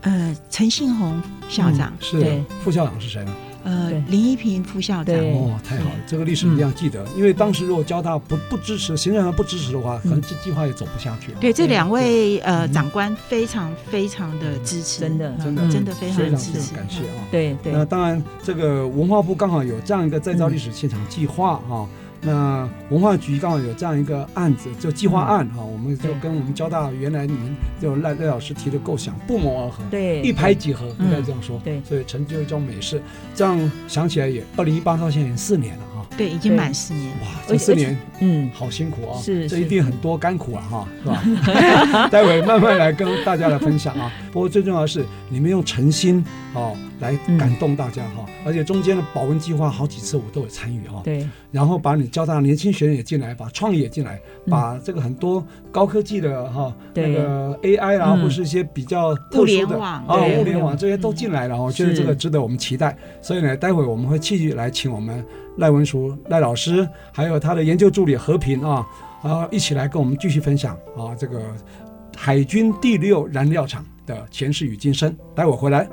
Speaker 3: 呃，陈信宏校长，
Speaker 1: 是
Speaker 2: 对
Speaker 1: 副校长是谁呢？
Speaker 3: 呃
Speaker 2: 对，
Speaker 3: 林一平副校长，
Speaker 2: 对
Speaker 1: 哦，太
Speaker 3: 嗯
Speaker 1: 好了，这个历史一定要记得，因为当时如果交大不不支持，行政上不支持的话，可能这计划也走不下去。
Speaker 3: 对，这两位呃
Speaker 1: 嗯
Speaker 3: 长官非常非常的支持，
Speaker 2: 真的
Speaker 3: 嗯
Speaker 1: 真的
Speaker 3: 真的非
Speaker 1: 非
Speaker 3: 常
Speaker 1: 常
Speaker 3: 支
Speaker 1: 非常
Speaker 3: 持，
Speaker 1: 感谢啊。
Speaker 2: 对对
Speaker 1: 那当然，这个文化部刚好有这样一个再造历史现场计划啊。那文化局刚好有这样一个案子，就计划案
Speaker 2: 嗯
Speaker 1: 啊，我们就跟我们交大原来你们就赖赖老师提的构想不谋而合，
Speaker 2: 对
Speaker 1: 一拍即合，
Speaker 2: 嗯
Speaker 1: 应该这样说。
Speaker 2: 对
Speaker 1: 所以成就一桩美事。这样想起来也，二零一八到现在已经四年了啊，
Speaker 3: 嗯对，已经满十年了。
Speaker 1: 哇，这四年
Speaker 2: 嗯，
Speaker 1: 好辛苦啊，
Speaker 2: 是
Speaker 1: 这
Speaker 2: 是
Speaker 1: 一定很多甘苦啊，
Speaker 2: [LAUGHS]
Speaker 1: 哈，是吧？ [LAUGHS] 待会慢慢来跟大家来分享啊。不过最重要的是，你们用诚心哦来
Speaker 2: 嗯
Speaker 1: 感动大家哈、而且中间的保温计划好几次我都有参与哈，
Speaker 2: 对
Speaker 1: 然后把你交大的年轻学员也进来，把创业也进来，
Speaker 2: 嗯
Speaker 1: 把这个很多高科技的哈、那
Speaker 2: 对
Speaker 1: 个 AI 啊，
Speaker 2: 嗯
Speaker 1: 或是一些比较特殊
Speaker 3: 物联
Speaker 1: 的
Speaker 3: 网
Speaker 1: 啊
Speaker 2: 对
Speaker 1: 物联网这些都进来了，我觉得
Speaker 2: 是
Speaker 1: 这个值得我们期待。所以呢，待会我们会继续来请我们赖文淑赖老师，还有他的研究助理和平啊，啊一起来跟我们继续分享啊这个海军第六燃料厂的前世与今生。待会回来。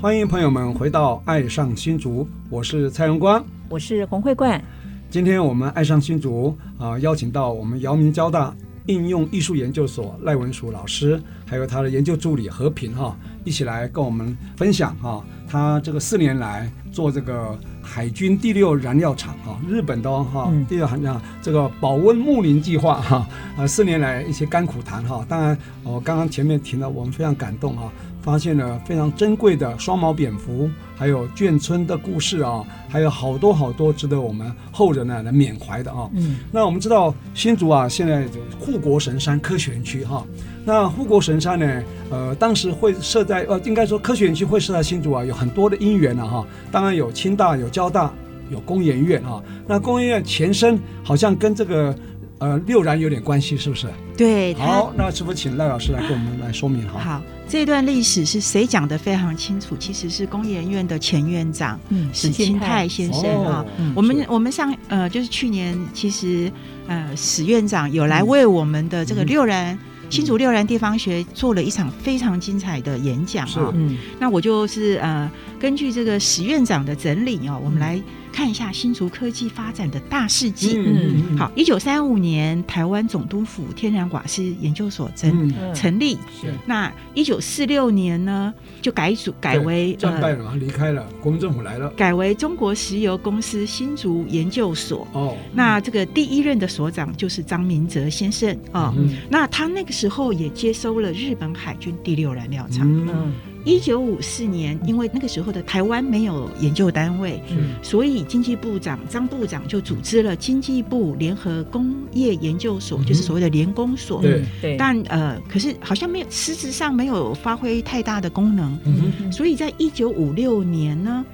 Speaker 1: 欢迎朋友们回到《爱上新竹》，我是蔡荣光。
Speaker 2: 我是洪慧冠，
Speaker 1: 今天我们爱上新竹啊、邀请到我们姚明交大应用艺术研究所赖文淑老师，还有他的研究助理和平哈、一起来跟我们分享哈、他这个四年来做这个海军第六燃料厂哈、日本的哈、啊
Speaker 2: 嗯
Speaker 1: 第六燃料厂这个保温睦邻计划哈、啊，四年来一些甘苦谈哈、当然我、哦刚刚前面提到，我们非常感动啊，发现了非常珍贵的双毛蝙蝠，还有眷村的故事啊，还有好多好多值得我们后人呢来缅怀的啊。
Speaker 2: 嗯，
Speaker 1: 那我们知道新竹啊，现在有护国神山科学园区哈、那护国神山呢，呃，当时会设在呃，应该说科学园区会设在新竹啊，有很多的因缘啊哈、当然有清大，有交大，有工研院啊。那工研院前身好像跟这个呃六然有点关系，是不是？
Speaker 3: 对，他
Speaker 1: 好，那是不是请赖老师来给我们来说明哈？
Speaker 3: 好，这段历史是谁讲的非常清楚？其实是工研院的前院长
Speaker 2: 嗯，
Speaker 3: 史
Speaker 2: 清
Speaker 3: 清泰先生哈。
Speaker 1: 哦
Speaker 2: 嗯
Speaker 3: 我们
Speaker 1: 是
Speaker 3: 我们上呃，就是去年其实呃，史院长有来为我们的这个
Speaker 1: 嗯
Speaker 3: 六然、新竹六然地方学做了一场非常精彩的演讲
Speaker 1: 是
Speaker 3: 啊。
Speaker 2: 嗯，
Speaker 3: 那我就是呃，根据这个史院长的整理哦，我们来看一下新竹科技发展的大事记。
Speaker 2: 嗯
Speaker 3: 好，，一九三五年，台湾总督府天然瓦斯研究所成、
Speaker 1: 嗯，
Speaker 3: 成立。
Speaker 1: 是
Speaker 3: 那一九四六年呢，就改组改为呃
Speaker 1: 战败了嘛，离开了，国民政府来了，
Speaker 3: 改为中国石油公司新竹研究所。
Speaker 1: 哦，
Speaker 3: 那这个第一任的所长就是张明哲先生啊、
Speaker 1: 嗯
Speaker 3: 那他那个时候也接收了日本海军第六燃料厂。
Speaker 1: 嗯，
Speaker 2: 嗯
Speaker 3: 一九五四年，因为那个时候的台湾没有研究单位，
Speaker 2: 嗯
Speaker 1: 是
Speaker 3: 所以经济部长张部长就组织了经济部联合工业研究所，就是所谓的联工所。
Speaker 1: 嗯对
Speaker 2: 对，
Speaker 3: 但呃，可是好像没有实质上没有发挥太大的功能，
Speaker 1: 嗯哼
Speaker 3: 所以在一九五六年呢，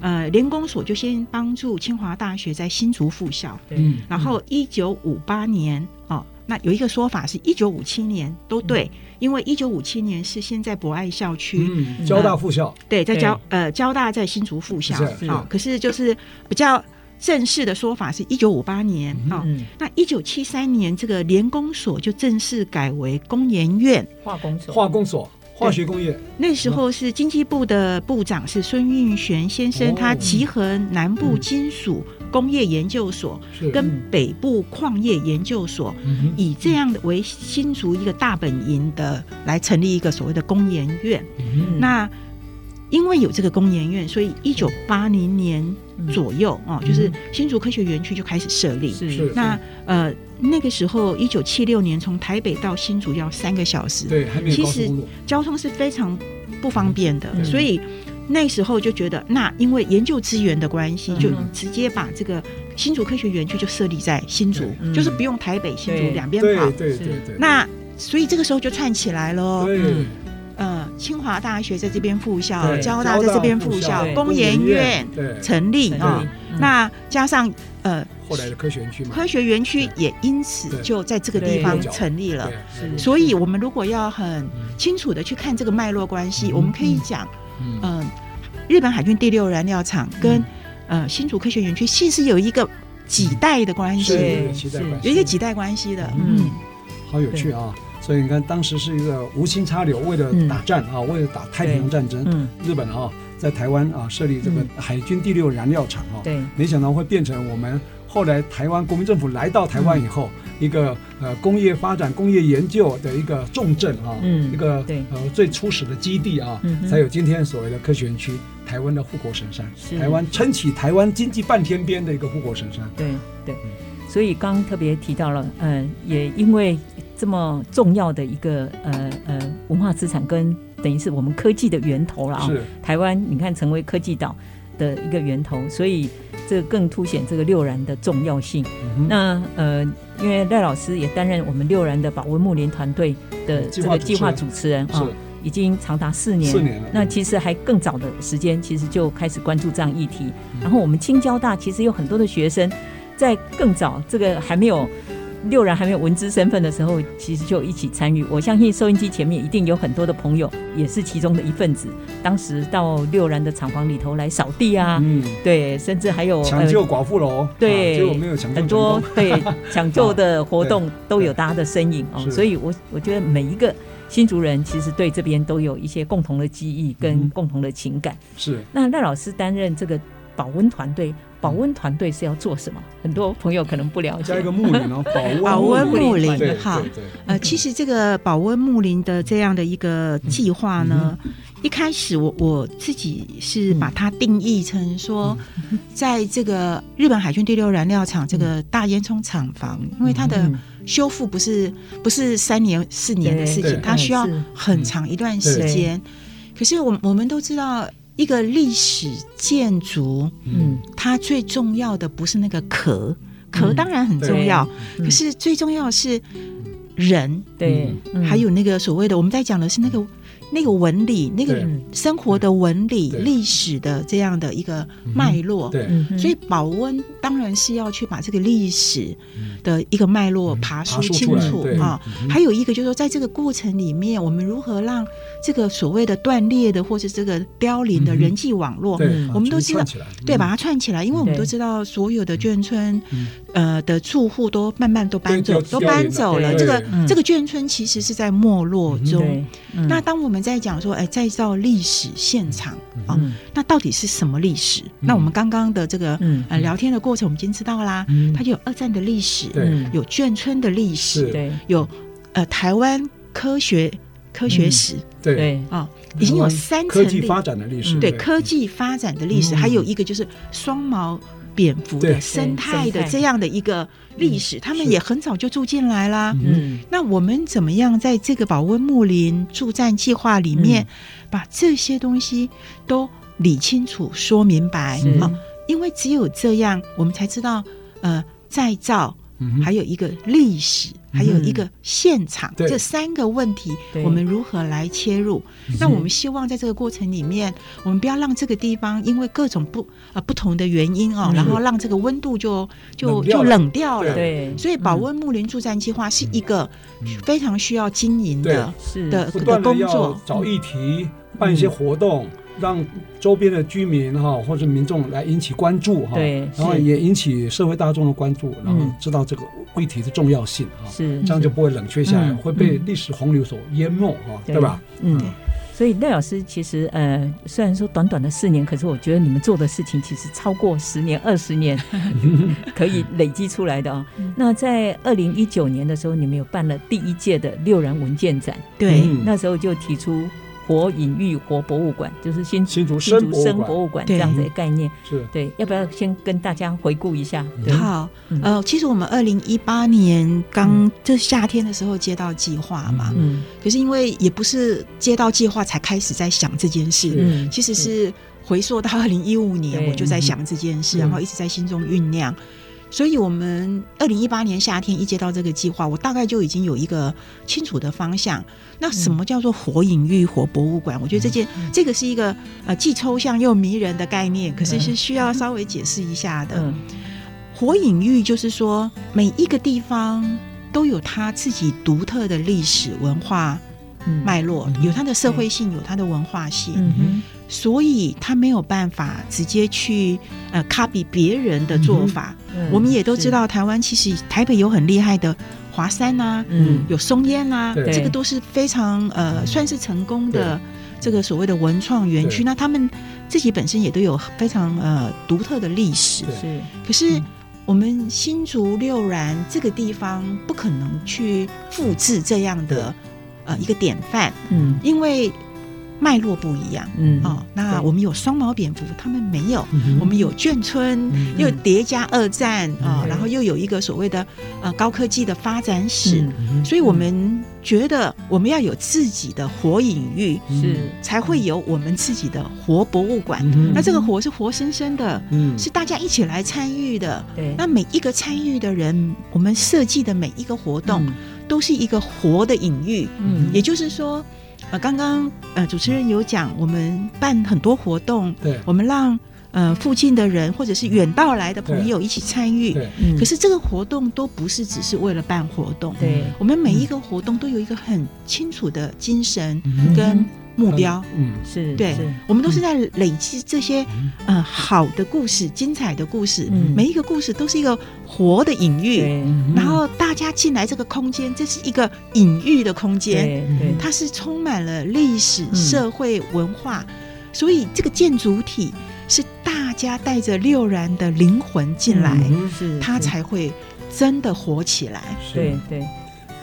Speaker 3: 呃，联工所就先帮助清华大学在新竹复校，
Speaker 1: 嗯，
Speaker 3: 然后一九五八年哦，那有一个说法是一九五七年都对，因为一九五七年是现在博爱校区。
Speaker 1: 嗯，交大附校，
Speaker 3: 对，在交呃交大在新竹附校
Speaker 1: 是
Speaker 3: 哦，可是就是比较正式的说法是一九五八年哦，
Speaker 2: 嗯，
Speaker 3: 那一九七三年这个联工所就正式改为工研院，
Speaker 2: 化工所，
Speaker 1: 化工所，化学工业，
Speaker 3: 那
Speaker 1: 嗯
Speaker 3: 时候是经济部的部长是孙运璇先生，
Speaker 1: 哦嗯
Speaker 3: 他集合南部金属工业研究所
Speaker 1: 是
Speaker 3: 跟北部矿业研究所，
Speaker 1: 嗯
Speaker 3: 以这样的为新
Speaker 2: 嗯
Speaker 3: 竹一个大本营的来成立一个所谓的工研院。
Speaker 1: 嗯哼，
Speaker 3: 嗯那因为有这个工研院，所以一九八零年左右哦，就是新竹科学园区就开始设立。
Speaker 1: 嗯是
Speaker 3: 那呃，那个时候一九七六年从台北到新竹要三个小时，
Speaker 1: 对，还没有
Speaker 3: 其
Speaker 1: 高速
Speaker 3: 实
Speaker 1: 公路，
Speaker 3: 交通是非常不方便
Speaker 1: 嗯
Speaker 3: 的，所以那时候就觉得，那因为研究资源的关
Speaker 1: 嗯
Speaker 3: 系，就直接把这个新竹科学园区就设立在新竹，
Speaker 2: 对
Speaker 3: 就是不用台北、新竹
Speaker 2: 对
Speaker 3: 两边
Speaker 1: 嗯对
Speaker 3: 跑
Speaker 1: 对。对
Speaker 2: 是
Speaker 1: 对对，
Speaker 3: 那所以这个时候就串起来了哦。
Speaker 1: 对
Speaker 2: 嗯
Speaker 3: 呃，清华大学在这边附校，
Speaker 1: 对
Speaker 3: 呃交大在这边
Speaker 1: 交大
Speaker 3: 附校
Speaker 2: 附，校
Speaker 3: 工研院
Speaker 1: 对，
Speaker 3: 成立啊、
Speaker 2: 嗯
Speaker 3: 那加上呃，
Speaker 1: 后来的科学园区嘛，
Speaker 3: 科学园区也因此
Speaker 1: 对
Speaker 3: 就在这个地方
Speaker 1: 对
Speaker 3: 成立了
Speaker 1: 对。
Speaker 2: 是
Speaker 3: 所以，我们如果要很清楚的去看这个脉络关系，
Speaker 1: 嗯
Speaker 3: 我们可以讲，
Speaker 1: 嗯
Speaker 3: 嗯、日本海军第六燃料厂跟、呃新竹科学园区其实有一个几代的关
Speaker 1: 是
Speaker 3: 系，
Speaker 1: 有期待关系，
Speaker 3: 有一个几代关系的，
Speaker 2: 嗯
Speaker 3: 嗯，
Speaker 1: 好有趣啊！所以你看，当时是一个无心插柳，为了打仗啊，为了打太平洋战争，
Speaker 2: 嗯，
Speaker 1: 日本啊在台湾啊设立这个海军第六燃料厂啊，
Speaker 2: 对，
Speaker 1: 没想到会变成我们后来台湾国民政府来到台湾以后，
Speaker 2: 嗯
Speaker 1: 一个呃工业发展、工业研究的一个重镇啊，
Speaker 2: 嗯
Speaker 1: 一个
Speaker 2: 对
Speaker 1: 呃最初始的基地啊，
Speaker 2: 嗯哼
Speaker 1: 才有今天所谓的科学园区，台湾的护国神山
Speaker 2: 是，
Speaker 1: 台湾撑起台湾经济半天边的一个护国神山。
Speaker 2: 对对，
Speaker 1: 嗯
Speaker 2: 所以刚刚特别提到了，呃，也因为这么重要的一个呃呃文化资产跟等于是我们科技的源头了啊、
Speaker 1: 是，
Speaker 2: 台湾你看成为科技岛的一个源头，所以这更凸显这个六然的重要性。
Speaker 1: 嗯哼
Speaker 2: 那呃，因为赖老师也担任我们六然的保温木林团队的
Speaker 1: 嗯计
Speaker 2: 这
Speaker 1: 划
Speaker 2: 个
Speaker 1: 主持人
Speaker 2: 计划主持人啊、
Speaker 1: 是
Speaker 2: 已经长达四年。
Speaker 1: 四年了。
Speaker 2: 那其实还更早的时间，其实就开始关注这样议题。
Speaker 1: 嗯
Speaker 2: 然后我们清交大其实有很多的学生，在更早这个还没有六人还没有文资身份的时候，其实就一起参与。我相信收音机前面一定有很多的朋友也是其中的一份子。当时到六然的厂房里头来扫地啊，
Speaker 1: 嗯，
Speaker 2: 对，甚至还
Speaker 3: 呃
Speaker 2: 有呃
Speaker 1: 抢救寡妇楼，
Speaker 2: [LAUGHS] 对
Speaker 1: 啊结果没有抢救成
Speaker 2: 很多
Speaker 1: 功。啊
Speaker 2: 对
Speaker 1: [LAUGHS]
Speaker 2: 抢救的活动都有大家的身影哦
Speaker 1: 是，
Speaker 2: 所以我我觉得每一个新竹人其实对这边都有一些共同的记忆
Speaker 1: 嗯
Speaker 2: 跟
Speaker 1: 哼
Speaker 2: 共同的情感。
Speaker 1: 是
Speaker 2: 那赖老师担任这个保温团
Speaker 1: 嗯
Speaker 2: 队，保温团队是要做什么？很多朋友可能不了
Speaker 1: 加一
Speaker 2: 解
Speaker 1: 个。木林
Speaker 3: [LAUGHS]
Speaker 1: 哦，保温
Speaker 3: 保温木林
Speaker 1: 对
Speaker 3: 好
Speaker 1: 对对，
Speaker 3: 呃，其实这个保温木林的这样的一个计划呢，一开始我我自己是把它定义成说，在这个日本海军第六燃料厂这个大烟囱厂房，因为它
Speaker 2: 嗯
Speaker 3: 的
Speaker 1: 嗯
Speaker 3: 修复不是不是三年四年的事
Speaker 1: 对
Speaker 3: 情，它需要
Speaker 2: 是
Speaker 3: 很长一段时间。可是我们我们都知道，一个历史建筑，
Speaker 2: 嗯，
Speaker 3: 它最重要的不是那个壳，壳
Speaker 2: 嗯
Speaker 3: 当然很
Speaker 1: 对
Speaker 3: 重要，
Speaker 2: 嗯
Speaker 3: 可是最重要的是人。
Speaker 2: 对，嗯
Speaker 3: 还有那个所谓的我们在讲的是那个那个纹理，那个
Speaker 1: 嗯对
Speaker 3: 生活的纹理、
Speaker 1: 对
Speaker 3: 历史的这样的一个脉络。
Speaker 1: 对
Speaker 2: 嗯哼
Speaker 3: 所以保温当然是要去把这个历史的一个脉络爬
Speaker 1: 嗯
Speaker 3: 梳
Speaker 1: 爬梳出
Speaker 3: 清
Speaker 1: 来
Speaker 3: 楚
Speaker 1: 对
Speaker 3: 啊
Speaker 1: 嗯哼。
Speaker 3: 还有一个就是说，在这个过程里面，我们如何让这个所谓的断裂的或是这个凋零的
Speaker 1: 嗯哼
Speaker 3: 人际网络，
Speaker 1: 对，把
Speaker 3: 我们都
Speaker 1: 全
Speaker 3: 知道
Speaker 1: 串起来，
Speaker 3: 对，
Speaker 1: 嗯
Speaker 3: 把？它串起来，因为我们
Speaker 2: 对
Speaker 3: 都知道，所有的眷村
Speaker 1: 嗯，
Speaker 3: 呃的住户都慢慢都搬
Speaker 1: 对
Speaker 3: 走，
Speaker 1: 就
Speaker 3: 都搬走了。
Speaker 2: 凋零了
Speaker 3: 这个
Speaker 1: 对
Speaker 2: 嗯
Speaker 3: 这个眷村其实是在没落中
Speaker 2: 对。，嗯
Speaker 3: 那当我们在讲说，哎，再造历史现场啊
Speaker 2: 嗯，
Speaker 3: 那到底是什么历史？那我们刚刚的这个
Speaker 2: 嗯
Speaker 3: 呃聊天的过程，我们已经知道啦
Speaker 1: 嗯，
Speaker 3: 它就有二战的历史，
Speaker 1: 对
Speaker 2: 嗯
Speaker 3: 有眷村的历
Speaker 1: 是
Speaker 3: 史，
Speaker 2: 对
Speaker 3: 有呃台湾科学科学史
Speaker 1: 对，
Speaker 2: 对
Speaker 3: 啊，已经有三层
Speaker 1: 嗯科
Speaker 3: 历
Speaker 1: 技发展的历史，
Speaker 2: 嗯
Speaker 3: 对科技发展的历史，
Speaker 1: 嗯
Speaker 3: 还有一个就是双毛蝙蝠
Speaker 1: 对
Speaker 3: 的生
Speaker 2: 对
Speaker 3: 态
Speaker 2: 生
Speaker 3: 的
Speaker 2: 态
Speaker 3: 这样的一个历史，他们
Speaker 1: 是
Speaker 3: 也很早就住进来啦。
Speaker 2: 嗯
Speaker 3: 那我们怎么样在这个保温木林助战计划里面，把这些东西都理清楚、说明白
Speaker 2: 是
Speaker 3: 啊？因为只有这样，我们才知道，呃，再造
Speaker 1: 嗯哼
Speaker 3: 还有一个历史，还有一个现场，
Speaker 1: 对
Speaker 3: 这三个问题
Speaker 2: 对，
Speaker 3: 我们如何来切入？那我们希望在这个过程里面，我们不要让这个地方因为各种不呃不同的原因哦，然后让这个温度就就
Speaker 1: 冷掉
Speaker 3: 就
Speaker 1: 了
Speaker 3: 冷掉了。
Speaker 2: 对，
Speaker 3: 所以保温木林助战计划是一个非常需要经营的
Speaker 2: 是
Speaker 3: 的
Speaker 1: 不
Speaker 3: 的
Speaker 1: 断的
Speaker 3: 工
Speaker 1: 要
Speaker 3: 作。嗯
Speaker 1: 找议题，办一些活动，让周边的居民哈或者民众来引起关注哈，
Speaker 2: 对
Speaker 1: 然后
Speaker 2: 是
Speaker 1: 也引起社会大众的关注，然后
Speaker 2: 嗯
Speaker 1: 知道这个议题的重要性哈，
Speaker 2: 是
Speaker 1: 这样就不会冷却下来，
Speaker 2: 嗯
Speaker 1: 会被历史洪流所淹没哈，对吧？？
Speaker 2: 嗯
Speaker 3: 对，
Speaker 2: 所以赖老师其实呃，虽然说短短的四年，可是我觉得你们做的事情其实超过十年、二十
Speaker 1: [LAUGHS]
Speaker 2: 年可以累积出来的啊、
Speaker 1: 嗯
Speaker 2: 那在二零一九年的时候，你们有办了第一届的六人文件展，
Speaker 3: 对
Speaker 1: 嗯
Speaker 2: 那时候就提出。活隐喻活博物馆，就是新
Speaker 1: 新竹
Speaker 2: 新
Speaker 1: 生
Speaker 2: 竹
Speaker 1: 博物
Speaker 2: 生
Speaker 1: 馆
Speaker 2: 博物馆
Speaker 3: 对
Speaker 2: 这样子的概念。
Speaker 1: 是
Speaker 2: 对，要不要先跟大家回顾一下？对，
Speaker 3: 好，
Speaker 2: 嗯
Speaker 3: 呃，其实我们二零一八年刚这夏天的时候接到计划嘛，
Speaker 2: 嗯
Speaker 3: 可是因为也不是接到计划才开始在想这件事，
Speaker 2: 嗯，
Speaker 3: 其实是回溯到二零一五年
Speaker 2: 对
Speaker 3: 我就在想这件事，
Speaker 2: 嗯
Speaker 3: 然后一直在心中酝酿。所以，我们二零一八年夏天一接到这个计划，我大概就已经有一个清楚的方向。那什么叫做火影浴火博物馆？我觉得这件
Speaker 2: 嗯
Speaker 3: 这个是一个呃既抽象又迷人的概念，可是是需要稍微解释一下的。
Speaker 2: 嗯
Speaker 3: 火影域就是说，每一个地方都有它自己独特的历史文化
Speaker 2: 嗯
Speaker 3: 脉络，有它的社会性，有它的文化性，
Speaker 2: 嗯哼
Speaker 3: 所以它没有办法直接去呃 copy 别人的做法。
Speaker 2: 嗯
Speaker 3: 我们也都知道，台湾其实台北有很厉害的华山啊，
Speaker 2: 嗯
Speaker 3: 有松烟啊，
Speaker 1: 对
Speaker 3: 这个都是非常呃算是成功的这个所谓的文创园区。
Speaker 1: 对
Speaker 3: 那他们自己本身也都有非常呃独特的历史。
Speaker 1: 对
Speaker 2: 是
Speaker 3: 可是
Speaker 2: 嗯
Speaker 3: 我们新竹六然这个地方不可能去复制这样的呃一个典范，
Speaker 2: 嗯
Speaker 3: 因为脉络不一样
Speaker 2: 嗯
Speaker 3: 哦。那
Speaker 2: 对
Speaker 3: 我们有双毛蝙蝠，他们没有；
Speaker 1: 嗯
Speaker 3: 我们有眷村，
Speaker 1: 嗯
Speaker 3: 又叠加二战啊、哦
Speaker 2: 嗯
Speaker 3: 然后又有一个所谓的呃高科技的发展史。
Speaker 2: 嗯
Speaker 1: 嗯
Speaker 3: 所以我们觉得我们要有自己的火影域，
Speaker 2: 是
Speaker 3: 才会有我们自己的活博物馆。
Speaker 1: 嗯哼
Speaker 3: 那这个活是活生生的，
Speaker 1: 嗯
Speaker 3: 是大家一起来参与的。
Speaker 2: 对
Speaker 3: 那每一个参与的人，我们设计的每一个活动，都是一个活的隐喻。
Speaker 2: 嗯
Speaker 3: 也就是说，呃，刚刚呃主持人有讲，我们办很多活动，
Speaker 1: 对
Speaker 3: 我们让呃附近的人或者是远道来的朋友一起参与。
Speaker 1: 对
Speaker 2: 嗯
Speaker 3: 可是这个活动都不是只是为了办活动，
Speaker 2: 对
Speaker 3: 我们每一个活动都有一个很清楚的精神
Speaker 1: 嗯
Speaker 3: 跟目标。
Speaker 1: 嗯
Speaker 2: 是
Speaker 3: 对
Speaker 2: 是，
Speaker 3: 我们都是在累积这些呃好的故事、精彩的故事，
Speaker 2: 嗯
Speaker 3: 每一个故事都是一个活的隐
Speaker 1: 嗯
Speaker 3: 喻。
Speaker 2: 对
Speaker 3: 然后大家进来这个空间，这是一个隐喻的空间，
Speaker 2: 对对
Speaker 3: 它是充满了历史、
Speaker 2: 嗯
Speaker 3: 社会、文化，所以这个建筑体是大家带着六然的灵魂进来，
Speaker 1: 嗯哼
Speaker 2: 是
Speaker 3: 它
Speaker 2: 是
Speaker 3: 才会真的火起来。
Speaker 1: 是
Speaker 2: 对对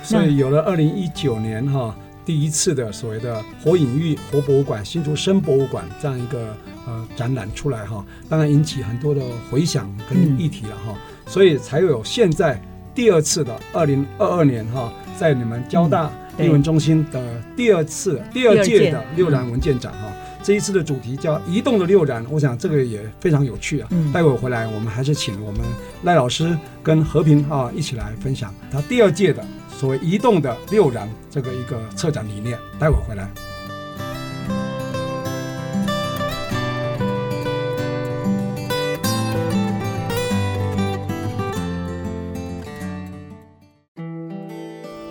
Speaker 1: 所以有了二零一九年哈、第一次的所谓的火影玉活博物馆、新竹生博物馆这样一个呃展览出来哈、当然引起很多的回响跟议题了哈、所以才有现在第二次的二零二二年哈、在你们交大
Speaker 2: 对
Speaker 1: 英文中心的第二次第
Speaker 2: 二
Speaker 1: 二
Speaker 2: 届
Speaker 1: 届的六然文件展哈、这一次的主题叫“移动的六然”，我想这个也非常有趣啊。
Speaker 2: 嗯
Speaker 1: 待会儿回来我们还是请我们赖老师跟和平啊一起来分享他第二届的所谓“移动的六然”这个一个策展理念。待会儿回来。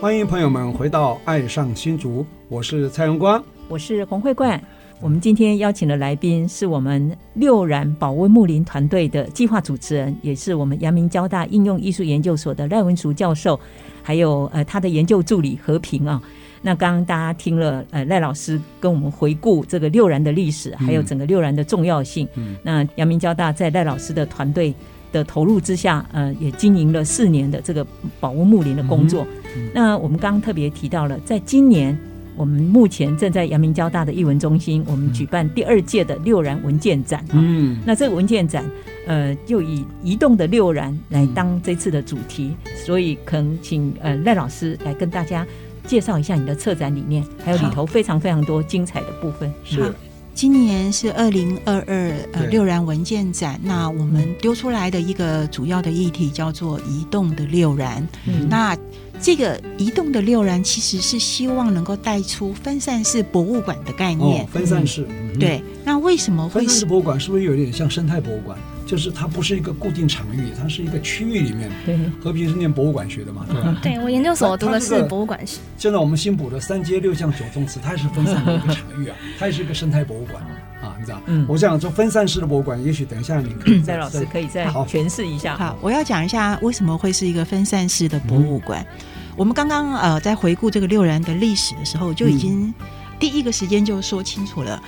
Speaker 1: 欢迎朋友们回到《爱上新竹》，我是蔡荣光。
Speaker 2: 我是洪慧冠。我们今天邀请的来宾是我们六然保温木林团队的计划主持人，也是我们阳明交大应用艺术研究所的赖文淑教授，还有呃他的研究助理和平啊。那刚刚大家听了呃赖老师跟我们回顾这个六然的历史，还有整个六然的重要性。
Speaker 1: 嗯
Speaker 2: 那阳明交大在赖老师的团队的投入之下，呃也经营了四年的这个保温木林的工作。那我们刚刚特别提到了，在今年我们目前正在阳明交大的艺文中心，我们举办第二届的六然文件展啊。
Speaker 1: 嗯，
Speaker 2: 那这个文件展，呃，就以移动的六然来当这次的主题，所以可能请呃赖老师来跟大家介绍一下你的策展理念，还有里
Speaker 3: 好
Speaker 2: 头非常非常多精彩的部分。
Speaker 3: 好
Speaker 1: 是，
Speaker 3: 今年是二零二二呃
Speaker 1: 对
Speaker 3: 六然文件展，那我们丢出来的一个主要的议题叫做移动的六然。
Speaker 2: 嗯
Speaker 3: 那这个移动的六然其实是希望能够带出分散式博物馆的概念。
Speaker 1: 哦，分散式，嗯
Speaker 3: 对，那为什么
Speaker 1: 分
Speaker 3: 会
Speaker 1: 散
Speaker 3: 是
Speaker 1: 式博物馆是不是有点像生态博物馆？就是它不是一个固定场域，它是一个区域里面。
Speaker 2: 对，
Speaker 1: 和平是念博物馆学的嘛，对吧？
Speaker 4: 对我研究所读的
Speaker 1: 它这
Speaker 4: 是
Speaker 1: 个
Speaker 4: 博物馆系，
Speaker 1: 现在我们新补的三街六巷九宗祠，它也是分散的一个场域啊，它也是一个生态博物馆啊，你知道？
Speaker 2: 嗯
Speaker 1: 我想说分散式的博物馆，也许等一下你可以
Speaker 2: 赖老师可以再
Speaker 1: 好
Speaker 2: 诠释一下。
Speaker 3: 好，我要讲一下为什么会是一个分散式的博物馆。
Speaker 1: 嗯
Speaker 3: 我们刚刚呃在回顾这个六然的历史的时候，就已
Speaker 1: 嗯
Speaker 3: 经第一个时间就说清楚了，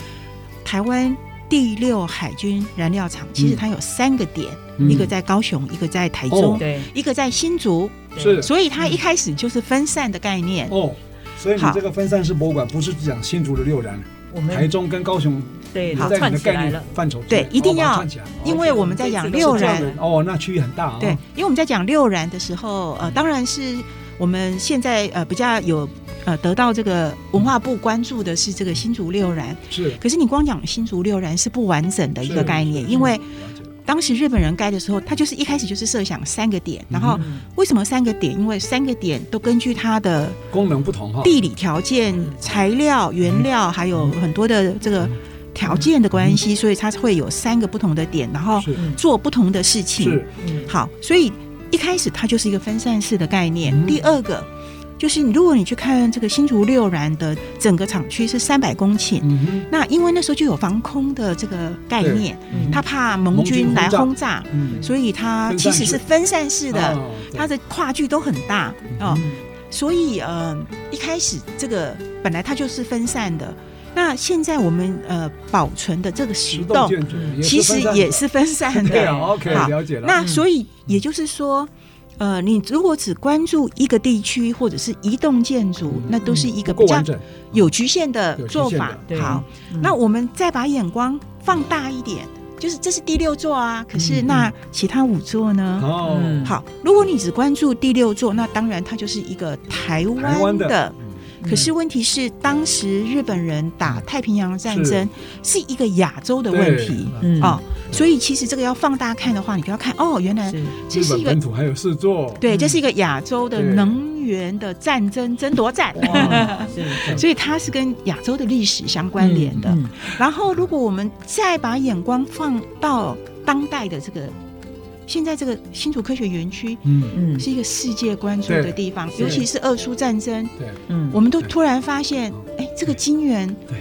Speaker 3: 台湾第六海军燃料厂其实它有三个点，
Speaker 1: 嗯
Speaker 3: 一个在高雄，一个在台中。
Speaker 1: 哦
Speaker 2: 对，
Speaker 3: 一个在新竹，
Speaker 1: 是
Speaker 3: 所以它一开始就是分散的概念。
Speaker 1: 哦，所以你
Speaker 3: 好
Speaker 1: 这个分散式博物馆不是只讲新竹的六然，
Speaker 2: 我
Speaker 1: 台
Speaker 2: 们
Speaker 1: 中跟高雄
Speaker 2: 嗯对
Speaker 3: 好
Speaker 1: 在
Speaker 2: 串
Speaker 1: 你的
Speaker 2: 起来
Speaker 1: 概
Speaker 2: 了
Speaker 1: 念。范畴之
Speaker 3: 对
Speaker 1: 内哦
Speaker 3: 一定
Speaker 1: 好把它
Speaker 3: 要
Speaker 1: 串起来，
Speaker 3: 因为我们在养
Speaker 1: 六
Speaker 3: 六然，
Speaker 1: 哦，那区域很大哦，嗯
Speaker 3: 对，因为我们在讲六然的时候，呃，当然是我们现在呃比较有呃得到这个文化部关注的是这个新竹六然，
Speaker 1: 是
Speaker 3: 可是你光讲新竹六然是不完整的一个概念，因为
Speaker 1: 了解
Speaker 3: 当时日本人盖的时候，他就是一开始就是设想三个点，然后
Speaker 2: 嗯
Speaker 3: 为什么三个点？因为三个点都根据它的
Speaker 1: 功能不同哈，
Speaker 3: 地理条件、
Speaker 1: 哦
Speaker 3: 材料、原料，还有
Speaker 1: 嗯
Speaker 3: 很多的这个条件的关系，所以它会有三个不同的点，然后
Speaker 1: 是
Speaker 3: 做不同的事情。
Speaker 1: 是
Speaker 2: 嗯
Speaker 3: 好，所以一开始它就是一个分散式的概念。
Speaker 1: 嗯
Speaker 3: 第二个就是，如果你去看这个新竹六然的整个厂区是三百公顷，
Speaker 1: 嗯哼
Speaker 3: 那因为那时候就有防空的这个概念，
Speaker 2: 嗯
Speaker 3: 他怕盟军来
Speaker 1: 盟
Speaker 3: 轰炸，
Speaker 1: 嗯，
Speaker 3: 所以它其实是分散式的，
Speaker 1: 哦对
Speaker 3: 它的跨距都很大哦。
Speaker 1: 嗯
Speaker 3: 所以呃，一开始这个本来它就是分散的，那现在我们呃保存的这个石
Speaker 1: 石
Speaker 3: 洞
Speaker 1: 洞建筑也是
Speaker 3: 其实
Speaker 1: 分散
Speaker 3: 也是分
Speaker 1: [LAUGHS]
Speaker 3: 散
Speaker 1: 的对
Speaker 3: 的。
Speaker 1: 啊，OK，
Speaker 3: 好
Speaker 1: 了解了。
Speaker 3: 那所以也就是说，呃，你如果只关注一个地区或者是一栋建筑，那都是一个
Speaker 1: 嗯不够
Speaker 3: 比较
Speaker 1: 完整，
Speaker 3: 有局限的
Speaker 1: 有局限
Speaker 3: 做
Speaker 1: 的
Speaker 3: 法。
Speaker 2: 对
Speaker 3: 好，
Speaker 2: 嗯
Speaker 3: 那我们再把眼光放大一点，就是这是第六座啊，可是
Speaker 2: 嗯
Speaker 3: 那其他五座呢？
Speaker 1: 哦，
Speaker 2: 嗯
Speaker 3: 好，如果你只关注第六座，那当然它就是一个台
Speaker 1: 台湾
Speaker 3: 湾
Speaker 1: 的
Speaker 3: 的。
Speaker 2: 嗯
Speaker 3: 可是问题是，当时日本人
Speaker 1: 嗯
Speaker 3: 打太平洋战争是一个亚洲的问题
Speaker 1: 对
Speaker 2: 嗯
Speaker 3: 哦，所以其实这个要放大看的话，你就要看哦，原来
Speaker 2: 是
Speaker 3: 这
Speaker 1: 日
Speaker 3: 是
Speaker 1: 本
Speaker 3: 一个
Speaker 1: 本土还有事做，
Speaker 3: 对，
Speaker 2: 嗯
Speaker 3: 这是一个亚洲的
Speaker 1: 对
Speaker 3: 能源的战争争夺战，
Speaker 2: 是
Speaker 3: [LAUGHS] 所以它是跟亚洲的历史相啊关联的。
Speaker 2: 嗯嗯
Speaker 3: 然后，如果我们再把眼光放到当代的这个，现在这个新竹科学园区
Speaker 1: 嗯，
Speaker 2: 嗯
Speaker 3: 是一个世界关注的地方，
Speaker 1: 是
Speaker 3: 尤其是二苏战争，
Speaker 1: 对
Speaker 2: 嗯
Speaker 3: 我们都突然发现，哎，这个金元，
Speaker 1: 对，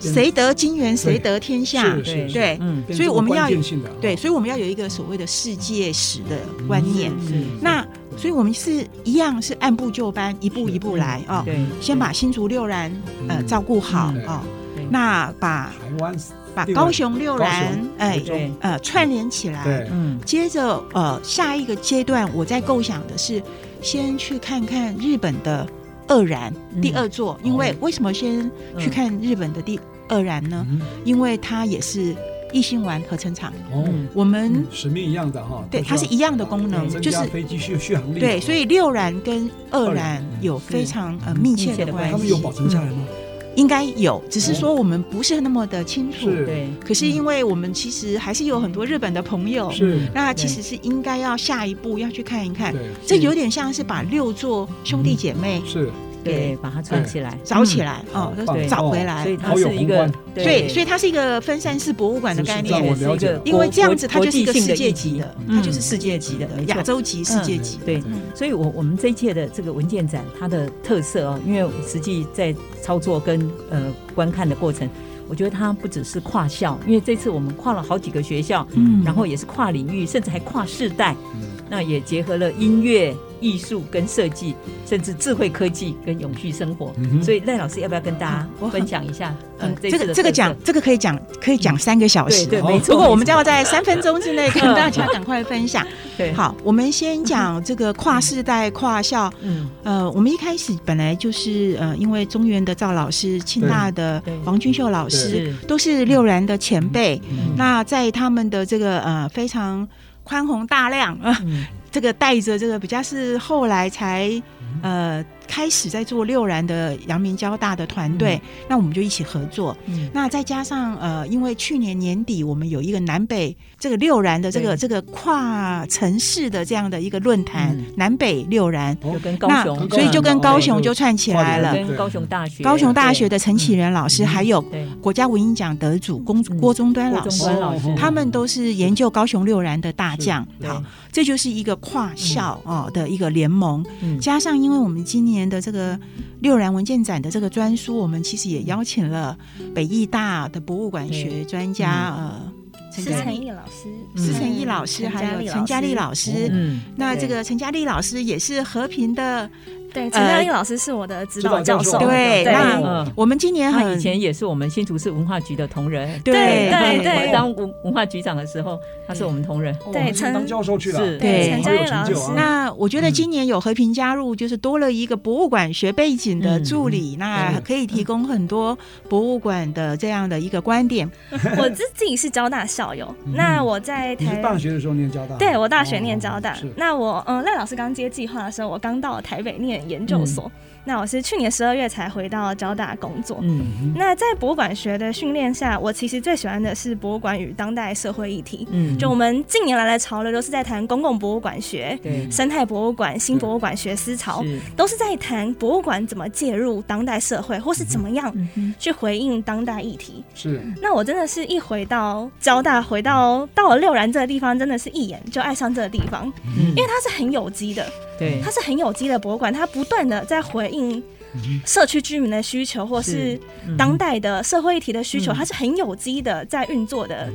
Speaker 3: 谁得金元谁得天下，
Speaker 1: 嗯是是
Speaker 2: 对
Speaker 1: 是，
Speaker 3: 对
Speaker 2: 嗯
Speaker 1: 变成
Speaker 3: 所以我们要
Speaker 1: 关键性的哦嗯
Speaker 3: 对，所以我们要有一个所谓的世界史的观念。
Speaker 2: 是
Speaker 3: 那所以我们是一样是按部就班，一步一步来哦。
Speaker 2: 对
Speaker 3: 先把新竹六然呃
Speaker 1: 嗯
Speaker 3: 照顾好
Speaker 1: 嗯
Speaker 3: 哦
Speaker 2: 对，
Speaker 3: 那把
Speaker 1: 台湾
Speaker 3: 把
Speaker 1: 定位
Speaker 3: 高雄六
Speaker 1: 高
Speaker 3: 然
Speaker 1: 雄
Speaker 3: 哎
Speaker 2: 对
Speaker 3: 呃串联起来。
Speaker 1: 对
Speaker 2: 嗯
Speaker 3: 接着呃下一个阶段，我在构想的是先去看看日本的二然
Speaker 2: 嗯
Speaker 3: 第二座，因为为什么先去看日本的第二然呢？
Speaker 1: 嗯
Speaker 3: 因为它也是异性丸合成厂，
Speaker 1: 哦，
Speaker 3: 我们
Speaker 1: 使命一样的哈，
Speaker 3: 嗯对
Speaker 1: 都
Speaker 3: 它是
Speaker 1: 要
Speaker 3: 一样的功能，
Speaker 1: 增
Speaker 3: 就
Speaker 1: 加
Speaker 3: 是
Speaker 1: 飞机续续航力，
Speaker 3: 对，所以六然跟二
Speaker 1: 二
Speaker 3: 然
Speaker 1: 然嗯
Speaker 3: 有非常呃密切
Speaker 2: 密切的
Speaker 3: 的关
Speaker 1: 他
Speaker 3: 系。
Speaker 1: 们有保存下来吗？
Speaker 3: 应该有，只是说我们不是那么的清楚。
Speaker 1: 哦是
Speaker 2: 对，
Speaker 3: 可是因为我们其实还是有很多日本的朋友，
Speaker 1: 是，
Speaker 3: 那其实是应该要下一步要去看一看。
Speaker 1: 对，
Speaker 3: 这有点像是把六座兄弟姐妹
Speaker 1: 是哦
Speaker 2: 对把它串起来
Speaker 3: 找起来哦
Speaker 1: 好，
Speaker 3: 都
Speaker 1: 棒
Speaker 3: 找
Speaker 1: 哦
Speaker 3: 回来
Speaker 2: 所以。它
Speaker 1: 好有
Speaker 2: 是一个
Speaker 1: 宏
Speaker 3: 所以，所以
Speaker 2: 以
Speaker 3: 它是一个分散式博物馆的概
Speaker 1: 是是
Speaker 3: 念
Speaker 1: 是，我了解了
Speaker 3: 因为这样子它就是一个世界级的，
Speaker 2: 嗯
Speaker 3: 它就是世界级的
Speaker 2: 没错
Speaker 3: 亚洲级、世界级。
Speaker 2: 对
Speaker 1: 对
Speaker 2: 所以我，我们这一届的这个文件展，它的特色哦，因为我实际在操作跟呃观看的过程，我觉得它不只是跨校，因为这次我们跨了好几个学校，
Speaker 3: 嗯
Speaker 2: 然后也是跨领域，甚至还跨世代，
Speaker 1: 嗯
Speaker 2: 那也结合了音乐、艺术跟设计，甚至智慧科技跟永续生活。
Speaker 1: 嗯哼
Speaker 2: 所以赖老师要不要跟大
Speaker 3: 我
Speaker 2: 家
Speaker 3: 很
Speaker 2: 分享一下？呃
Speaker 3: 嗯，，
Speaker 2: 这次
Speaker 3: 这个
Speaker 2: 的
Speaker 3: 这个
Speaker 2: 特色
Speaker 3: 讲，这个可以讲，可以讲三个小时。
Speaker 2: 对对
Speaker 3: 哦
Speaker 2: 没错
Speaker 3: 不过我们
Speaker 2: 没错
Speaker 3: 就要在三分钟之内跟大家赶快分享。
Speaker 2: 对，，
Speaker 3: 好，我们先讲这个跨世代、跨校。
Speaker 2: 嗯，
Speaker 3: 呃，我们一开始本来就是呃，因为中原的赵老师、清大的
Speaker 2: 对对
Speaker 3: 王君秀老师
Speaker 2: 是
Speaker 3: 都是六然的前辈。
Speaker 1: 嗯
Speaker 3: 那在他们的这个呃非常宽宏大量 [LAUGHS] 啊、呃
Speaker 2: 嗯
Speaker 3: 这个带着这个比较是后来才呃开始在做六然的阳明交大的团队，那我们就一起合作。
Speaker 2: 嗯
Speaker 3: 那再加上呃，因为去年年底我们有一个南北这个六然的这
Speaker 2: 对
Speaker 3: 个这个跨城市的这样的一个论坛，
Speaker 2: 嗯
Speaker 3: 南北六然，
Speaker 2: 就跟高
Speaker 3: 哦那
Speaker 2: 雄，
Speaker 3: 所以就跟高雄就串起来了。
Speaker 1: 对
Speaker 2: 跟高雄大学、
Speaker 3: 高雄大学的陈启仁老师，
Speaker 1: 嗯
Speaker 3: 还有
Speaker 2: 对
Speaker 3: 国家文艺奖得主公
Speaker 2: 嗯
Speaker 3: 郭终端
Speaker 2: 郭
Speaker 3: 老
Speaker 2: 中
Speaker 3: 师，
Speaker 2: 官老
Speaker 1: 哦
Speaker 2: 师，
Speaker 3: 他们都是研究高雄六然的大将。
Speaker 1: 对
Speaker 3: 好，这就是一个跨校哦的一个联盟。
Speaker 2: 嗯
Speaker 3: 加上，因为我们今年的这个六然文件展的这个专书，我们其实也邀请了北艺大的博物馆学专家、
Speaker 2: 嗯
Speaker 3: 呃陈
Speaker 4: 是
Speaker 3: 嘉
Speaker 4: 陈
Speaker 3: 丽。
Speaker 4: 毅老师，
Speaker 1: 嗯
Speaker 3: 施成义老师，
Speaker 4: 嗯陈
Speaker 3: 还
Speaker 4: 嘉
Speaker 3: 有
Speaker 4: 丽
Speaker 3: 陈嘉丽
Speaker 4: 师
Speaker 3: 老师，
Speaker 2: 嗯
Speaker 3: 那这个陈嘉丽老师也是和平的
Speaker 4: 对，陈嘉玲老师是我的指导教
Speaker 1: 指
Speaker 4: 授，
Speaker 1: 导教授
Speaker 3: 对
Speaker 4: 呃对
Speaker 3: 那
Speaker 2: 嗯，
Speaker 3: 我们今年
Speaker 2: 他以
Speaker 3: 很
Speaker 2: 前也是我们新竹市文化局的同仁，
Speaker 3: 对
Speaker 4: 对对
Speaker 2: 我当文文化局长的时候，他是我们同仁，
Speaker 1: 哦
Speaker 4: 对
Speaker 1: 我们是
Speaker 4: 陈
Speaker 1: 当教授去了，
Speaker 2: 是
Speaker 3: 对
Speaker 1: 好
Speaker 4: 陈嘉
Speaker 1: 有
Speaker 4: 玲
Speaker 1: 成
Speaker 4: 老
Speaker 1: 就
Speaker 4: 师，
Speaker 1: 啊。
Speaker 3: 那我觉得今年有和平加入，就是多了一个博物馆学背景的助理，那可以提供很多博物馆的这样的一个观点。
Speaker 4: 我自自己是交大校友，
Speaker 1: 嗯
Speaker 4: 那我在
Speaker 1: 你
Speaker 4: 台
Speaker 1: 是大学的时候念交大？
Speaker 4: 对我大学念交大，
Speaker 1: 哦是
Speaker 4: 那我嗯赖老师刚接计划的时候，我刚到台北念研究
Speaker 2: 嗯
Speaker 4: 所，那我是去年十二月才回到交大工作。
Speaker 2: 嗯
Speaker 4: 那在博物馆学的训练下，我其实最喜欢的是博物馆与当代社会议题。
Speaker 2: 嗯，
Speaker 4: 就我们近年来的潮流，都是在谈公共博物馆学、
Speaker 2: 对，
Speaker 4: 生态博物馆、新博物馆学思潮，
Speaker 2: 是
Speaker 4: 都是在谈博物馆怎么介入当代社会，或是怎么样
Speaker 2: 嗯哼
Speaker 4: 去回应当代议题。
Speaker 1: 是
Speaker 4: 那我真的是一回到交大，回到到了六然这个地方，真的是一眼就爱上这个地方，
Speaker 2: 嗯
Speaker 4: 因为它是很有机的，
Speaker 2: 对
Speaker 4: 它是很有机的博物馆，它不断的在回应社区居民的需求，或是
Speaker 2: 是嗯
Speaker 4: 当代的社会议题的需求，
Speaker 2: 嗯
Speaker 4: 它是很有机的在运作的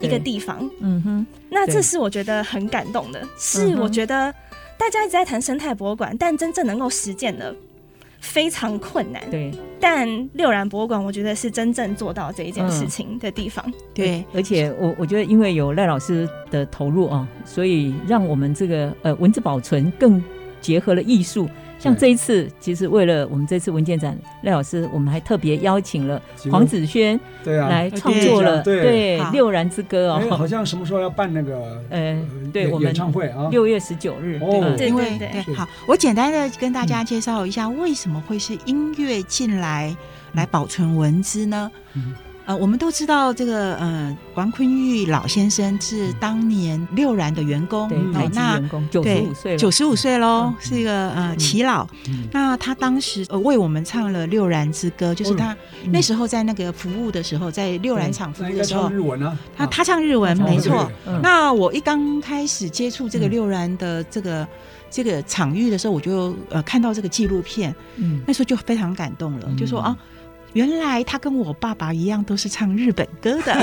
Speaker 4: 一个
Speaker 2: 对
Speaker 4: 地方。
Speaker 2: 嗯哼
Speaker 4: 那
Speaker 2: 对
Speaker 4: 这是我觉得很感动的，是
Speaker 2: 嗯哼
Speaker 4: 我觉得大家一直在谈生态博物馆，但真正能够实践的非常困难。
Speaker 2: 对
Speaker 4: 但六然博物馆，我觉得是真正做到这一
Speaker 2: 嗯
Speaker 4: 件事情的地方。
Speaker 3: 对，
Speaker 2: 而且我我觉得因为有赖老师的投入啊，所以让我们这个呃文字保存更结合了艺术。像
Speaker 1: 对
Speaker 2: 这一次，其实为了我们这次文件展，赖老师我们还特别邀请了
Speaker 1: 请问
Speaker 2: 黄子轩
Speaker 1: 对啊，
Speaker 2: 来创作了
Speaker 1: 对
Speaker 2: 对
Speaker 3: 好
Speaker 2: 《六然之歌》
Speaker 1: 哎，好
Speaker 2: 哦，
Speaker 1: 像什么时候要办那个
Speaker 2: 呃
Speaker 1: 呃，
Speaker 2: 对
Speaker 1: 演
Speaker 2: 我们
Speaker 1: 演唱会啊？
Speaker 2: 六月十九日，
Speaker 1: 哦
Speaker 2: 嗯
Speaker 4: 对
Speaker 3: 因为
Speaker 4: 对
Speaker 1: 是
Speaker 3: 好，我简单的跟大家介绍一下，为什么会是音乐进来来保存文字呢？
Speaker 1: 嗯
Speaker 3: 呃，我们都知道这个，呃，王坤玉老先生是当年六然的员工，
Speaker 2: 对，台
Speaker 3: 哦
Speaker 2: 积
Speaker 3: 那
Speaker 2: 员工九十
Speaker 3: 对
Speaker 2: 五岁了，
Speaker 3: 九十五岁喽
Speaker 2: 嗯，
Speaker 3: 是一个呃耆老。
Speaker 1: 嗯
Speaker 3: 那他当时呃为我们唱了《六然之歌》，就是他
Speaker 2: 嗯
Speaker 3: 那时候在那个服务的时候，在六然厂服
Speaker 1: 那
Speaker 3: 务
Speaker 1: 应该
Speaker 3: 的时候
Speaker 1: 唱，日文啊。
Speaker 3: 他
Speaker 1: 啊
Speaker 3: 他唱日文
Speaker 2: 他唱
Speaker 3: 没
Speaker 2: 日
Speaker 3: 错
Speaker 1: 文。
Speaker 2: 嗯
Speaker 3: 那我一刚开始接触这个
Speaker 2: 嗯
Speaker 3: 六然的这个这个场域的时候，我就呃看到这个纪录片，
Speaker 2: 嗯
Speaker 3: 那时候就非常感动了
Speaker 1: 嗯，
Speaker 3: 就说啊。原来他跟我爸爸一样都是唱日本歌
Speaker 2: [LAUGHS]
Speaker 3: 的，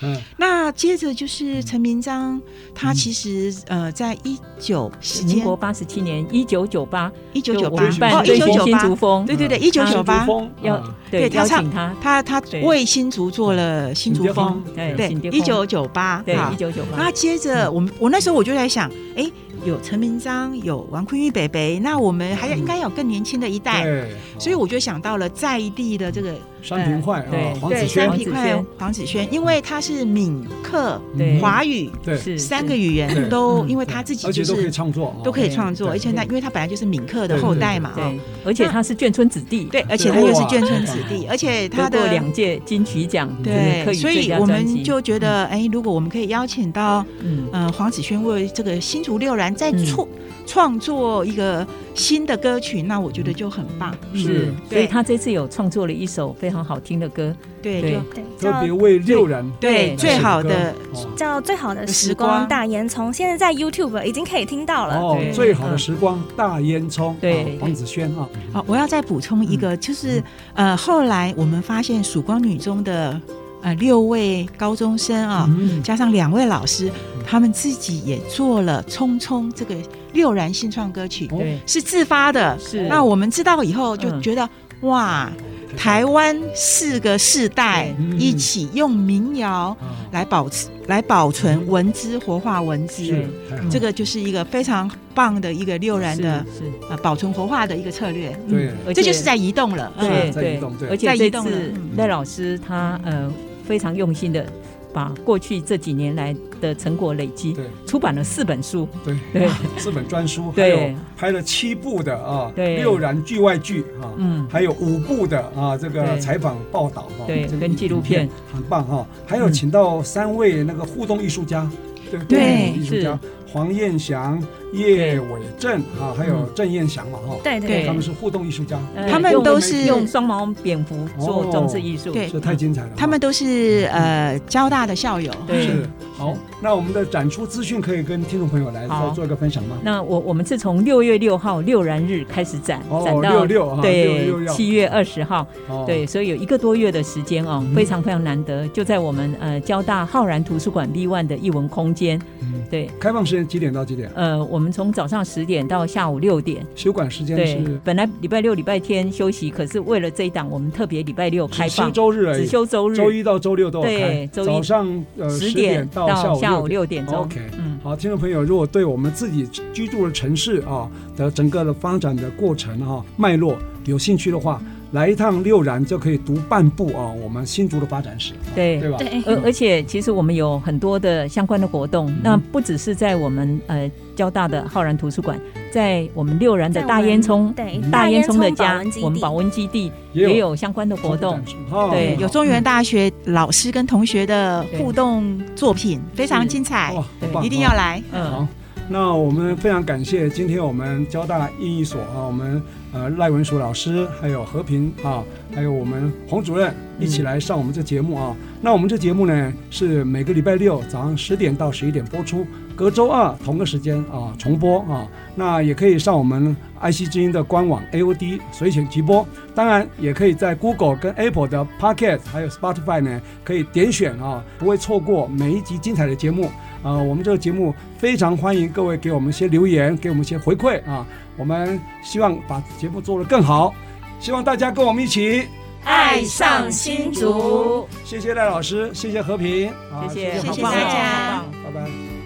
Speaker 1: 嗯
Speaker 3: 那接着就是陈明章，他其实呃，在一九时
Speaker 2: 民
Speaker 3: 间
Speaker 2: 国八十七年一九九八，
Speaker 3: 一九
Speaker 2: 就
Speaker 3: 九
Speaker 2: 我
Speaker 3: 八
Speaker 2: 们
Speaker 3: 哦
Speaker 2: 办，
Speaker 3: 一
Speaker 2: 追
Speaker 3: 九
Speaker 2: 寻
Speaker 3: 九
Speaker 2: 新
Speaker 3: 八，
Speaker 2: 竹风，
Speaker 3: 对对对，
Speaker 1: 嗯
Speaker 3: 一九九
Speaker 1: 新
Speaker 3: 八
Speaker 1: 竹，风
Speaker 2: 要
Speaker 1: 啊
Speaker 2: 对
Speaker 3: 对他
Speaker 2: 邀
Speaker 3: 唱
Speaker 2: 请他，
Speaker 3: 他他
Speaker 2: 对
Speaker 3: 为新竹做了新
Speaker 1: 新
Speaker 3: 竹
Speaker 1: 竹
Speaker 3: 风，
Speaker 1: 风
Speaker 2: 对
Speaker 3: 对
Speaker 2: 新竹，风
Speaker 3: 一九九八，
Speaker 2: 对
Speaker 3: 好
Speaker 2: 一。九九八
Speaker 3: 那，接着我们，我那时候我就在想，哎，有陈明章，有王坤玉北北，那我们还要
Speaker 1: 嗯
Speaker 3: 应该有更年轻的一代，
Speaker 1: 对，哦
Speaker 3: 所以我就想到了在地的这个
Speaker 1: 山平快啊
Speaker 2: 对，
Speaker 1: 黄
Speaker 3: 对
Speaker 1: 子
Speaker 3: 三
Speaker 1: 轩
Speaker 2: 黄
Speaker 3: 皮
Speaker 2: 子
Speaker 3: 块
Speaker 2: 轩
Speaker 3: 黄子轩，因为他是闽客、
Speaker 2: 对
Speaker 3: 嗯华语
Speaker 1: 对，
Speaker 2: 是
Speaker 3: 三个
Speaker 2: 是
Speaker 3: 语
Speaker 1: 对
Speaker 3: 言都，
Speaker 2: 嗯
Speaker 3: 因为他自己
Speaker 1: 而且
Speaker 3: 就
Speaker 1: 都可以
Speaker 3: 是
Speaker 1: 创作啊，
Speaker 3: 都可以
Speaker 2: 对
Speaker 3: 创作，
Speaker 1: 对
Speaker 3: 而且那因为他本来就是闽客的后代嘛，啊
Speaker 2: 对，而且他是眷村子弟，
Speaker 3: 对，而且
Speaker 1: 对
Speaker 3: 他又是
Speaker 1: 哇
Speaker 3: 眷村子弟，而且
Speaker 2: 得
Speaker 3: 他
Speaker 2: 过
Speaker 3: 的
Speaker 2: 两届金曲奖，这个
Speaker 3: 对，
Speaker 2: 客语
Speaker 3: 所
Speaker 2: 最
Speaker 3: 以
Speaker 2: 佳
Speaker 3: 我
Speaker 2: 专
Speaker 3: 们
Speaker 2: 辑
Speaker 3: 就觉得，哎，如果我们可以邀请到
Speaker 2: 嗯
Speaker 3: 呃黄子轩为这个新竹六然再
Speaker 2: 嗯
Speaker 3: 创创作一个新的歌曲，那我觉得就很棒。
Speaker 1: 是
Speaker 2: 是，所以他这次有创作了一首非常好听的歌，
Speaker 3: 对，
Speaker 2: 对
Speaker 3: 就
Speaker 4: 对，
Speaker 1: 特
Speaker 4: 叫
Speaker 1: 别为六人
Speaker 3: 对
Speaker 2: 对
Speaker 3: 最好的
Speaker 1: 哦
Speaker 4: 叫最好的时
Speaker 3: 时
Speaker 4: 光
Speaker 3: 光
Speaker 4: 大烟囱，现在在 YouTube 已经可以听到了。
Speaker 1: 哦，
Speaker 2: 对
Speaker 1: 最好的
Speaker 2: 嗯
Speaker 1: 时光大烟囱，
Speaker 2: 对
Speaker 1: 啊黄子轩啊，
Speaker 3: 好，哦我要再补充一个，就是呃后来我们发现曙光女中的呃六位高中生啊，
Speaker 1: 嗯，
Speaker 3: 加上两位老师，他们自己也做了《匆匆》这个六然新创歌曲，
Speaker 1: 哦
Speaker 2: 对，
Speaker 3: 是自发的。
Speaker 2: 是
Speaker 3: 那我们知道以后就
Speaker 2: 嗯
Speaker 3: 觉得、哇，台湾四个世代
Speaker 1: 嗯
Speaker 3: 一起用民谣
Speaker 1: 啊
Speaker 3: 来保持、来保存文字、活化文字
Speaker 1: 是。嗯太好
Speaker 3: 这个就是一个非常棒的一个六然的
Speaker 2: 是是，
Speaker 3: 呃保存活化的一个策略，
Speaker 1: 对
Speaker 2: 嗯而
Speaker 3: 这
Speaker 2: 且
Speaker 3: 就是在移动了。嗯
Speaker 2: 对
Speaker 1: 在移动对
Speaker 2: 而且
Speaker 3: 在
Speaker 2: 这
Speaker 3: 移动了
Speaker 2: 次
Speaker 3: 嗯
Speaker 2: 赖老师他呃非常用心的把过去这几年来的成果累积
Speaker 1: 对，
Speaker 2: 出版了四本书，
Speaker 1: 对 [LAUGHS]
Speaker 2: 对，
Speaker 1: 四本专书，还
Speaker 2: 对
Speaker 1: 有拍了七部的啊，
Speaker 2: 对
Speaker 1: 六然剧外剧啊，
Speaker 2: 嗯，
Speaker 1: 还有五部的啊，这个
Speaker 2: 对
Speaker 1: 采访报道哈，
Speaker 2: 对
Speaker 1: 这个
Speaker 2: 跟纪录片嗯
Speaker 1: 影很棒哈。还有请到三位那个互动艺术家，对
Speaker 3: 对
Speaker 1: 互动艺术家
Speaker 2: 是
Speaker 1: 黄燕祥、叶伟正啊，还有郑燕祥嘛哈，
Speaker 4: 对对
Speaker 2: 嗯对
Speaker 1: 他们是互动艺术家，
Speaker 2: 呃
Speaker 3: 他们
Speaker 2: 用
Speaker 3: 都是
Speaker 2: 用双毛蝙蝠做
Speaker 1: 哦
Speaker 2: 装饰艺术，
Speaker 3: 对
Speaker 1: 这太精彩了。
Speaker 3: 他们。都是呃交大的校友，
Speaker 2: 对
Speaker 1: 是好，那我们的展出资讯可以跟听众朋友来
Speaker 2: 好
Speaker 1: 再做一个分享吗？
Speaker 2: 那我我们是从六月六号六然日开始展，
Speaker 1: 哦
Speaker 2: 展到
Speaker 1: 66啊
Speaker 2: 对
Speaker 1: 66要
Speaker 2: 七月二十号，
Speaker 1: 哦，嗯
Speaker 2: 对，所以有一个多月的时间哦，非常非常难得，就在我们呃交大浩然图书馆 B One 的艺文空间，
Speaker 1: 嗯
Speaker 2: 对，
Speaker 1: 开放时间几点到几点？
Speaker 2: 呃，我们从早上十点到下午六点，
Speaker 1: 休馆时间
Speaker 2: 对
Speaker 1: 是，
Speaker 2: 本来礼拜六、礼拜天休息，可是为了这一档，我们特别礼拜六开
Speaker 1: 只休
Speaker 2: 放，
Speaker 1: 周日而
Speaker 2: 只
Speaker 1: 已，
Speaker 2: 休周日，
Speaker 1: 周一到周六都有开，
Speaker 2: 对周一
Speaker 1: 早上呃
Speaker 2: 十
Speaker 1: 点
Speaker 2: 到
Speaker 1: 下
Speaker 2: 下午
Speaker 1: 六点。
Speaker 2: 六点钟。
Speaker 1: OK
Speaker 2: 嗯，
Speaker 1: 好，听众朋友，如果对我们自己居住的城市啊的整个的发展的过程哈、脉络有兴趣的话，来一趟六然就可以读半部啊，我们新竹的发展史，啊
Speaker 2: 对
Speaker 1: 对吧？
Speaker 4: 对，
Speaker 2: 而而且，其实我们有很多的相关的活动，那不只是在我们呃交大的浩然图书馆，在我们六然的
Speaker 4: 在我
Speaker 2: 大
Speaker 4: 们
Speaker 2: 烟囱
Speaker 4: 对
Speaker 1: 嗯
Speaker 2: 大烟囱
Speaker 5: 大烟囱保
Speaker 2: 的家
Speaker 5: 温基，地
Speaker 2: 我们保温基地
Speaker 1: 也有
Speaker 2: 也有相关的活动。
Speaker 1: 哈，
Speaker 2: 对
Speaker 3: 有中原大学老师跟同学的
Speaker 2: 对
Speaker 3: 互动作品，非常精彩，
Speaker 1: 哇，好棒
Speaker 3: 一定要来。
Speaker 2: 嗯
Speaker 1: 好，那我们非常感谢今天我们交大艺艺所啊，我们呃赖文淑老师，还有和平啊，还有我们洪主任一起来上我们这节目啊。那我们这节目呢是每个礼拜六早上十点到十一点播出，隔周二同个时间啊重播啊。那也可以上我们爱惜之音的官网 AOD 随选直播，当然也可以在 Google 跟 Apple 的 Pocket 还有 Spotify 呢可以点选啊，不会错过每一集精彩的节目。啊，我们这个节目非常欢迎各位给我们一些留言，给我们一些回馈啊。我们希望把节目做得更好，希望大家跟我们一起。
Speaker 5: 爱上新竹。
Speaker 1: 谢谢赖老师，谢谢和平，啊啊
Speaker 2: 谢谢，
Speaker 3: 谢
Speaker 2: 好
Speaker 3: 谢
Speaker 2: 棒哦
Speaker 3: 大家
Speaker 2: 好棒
Speaker 1: 拜拜。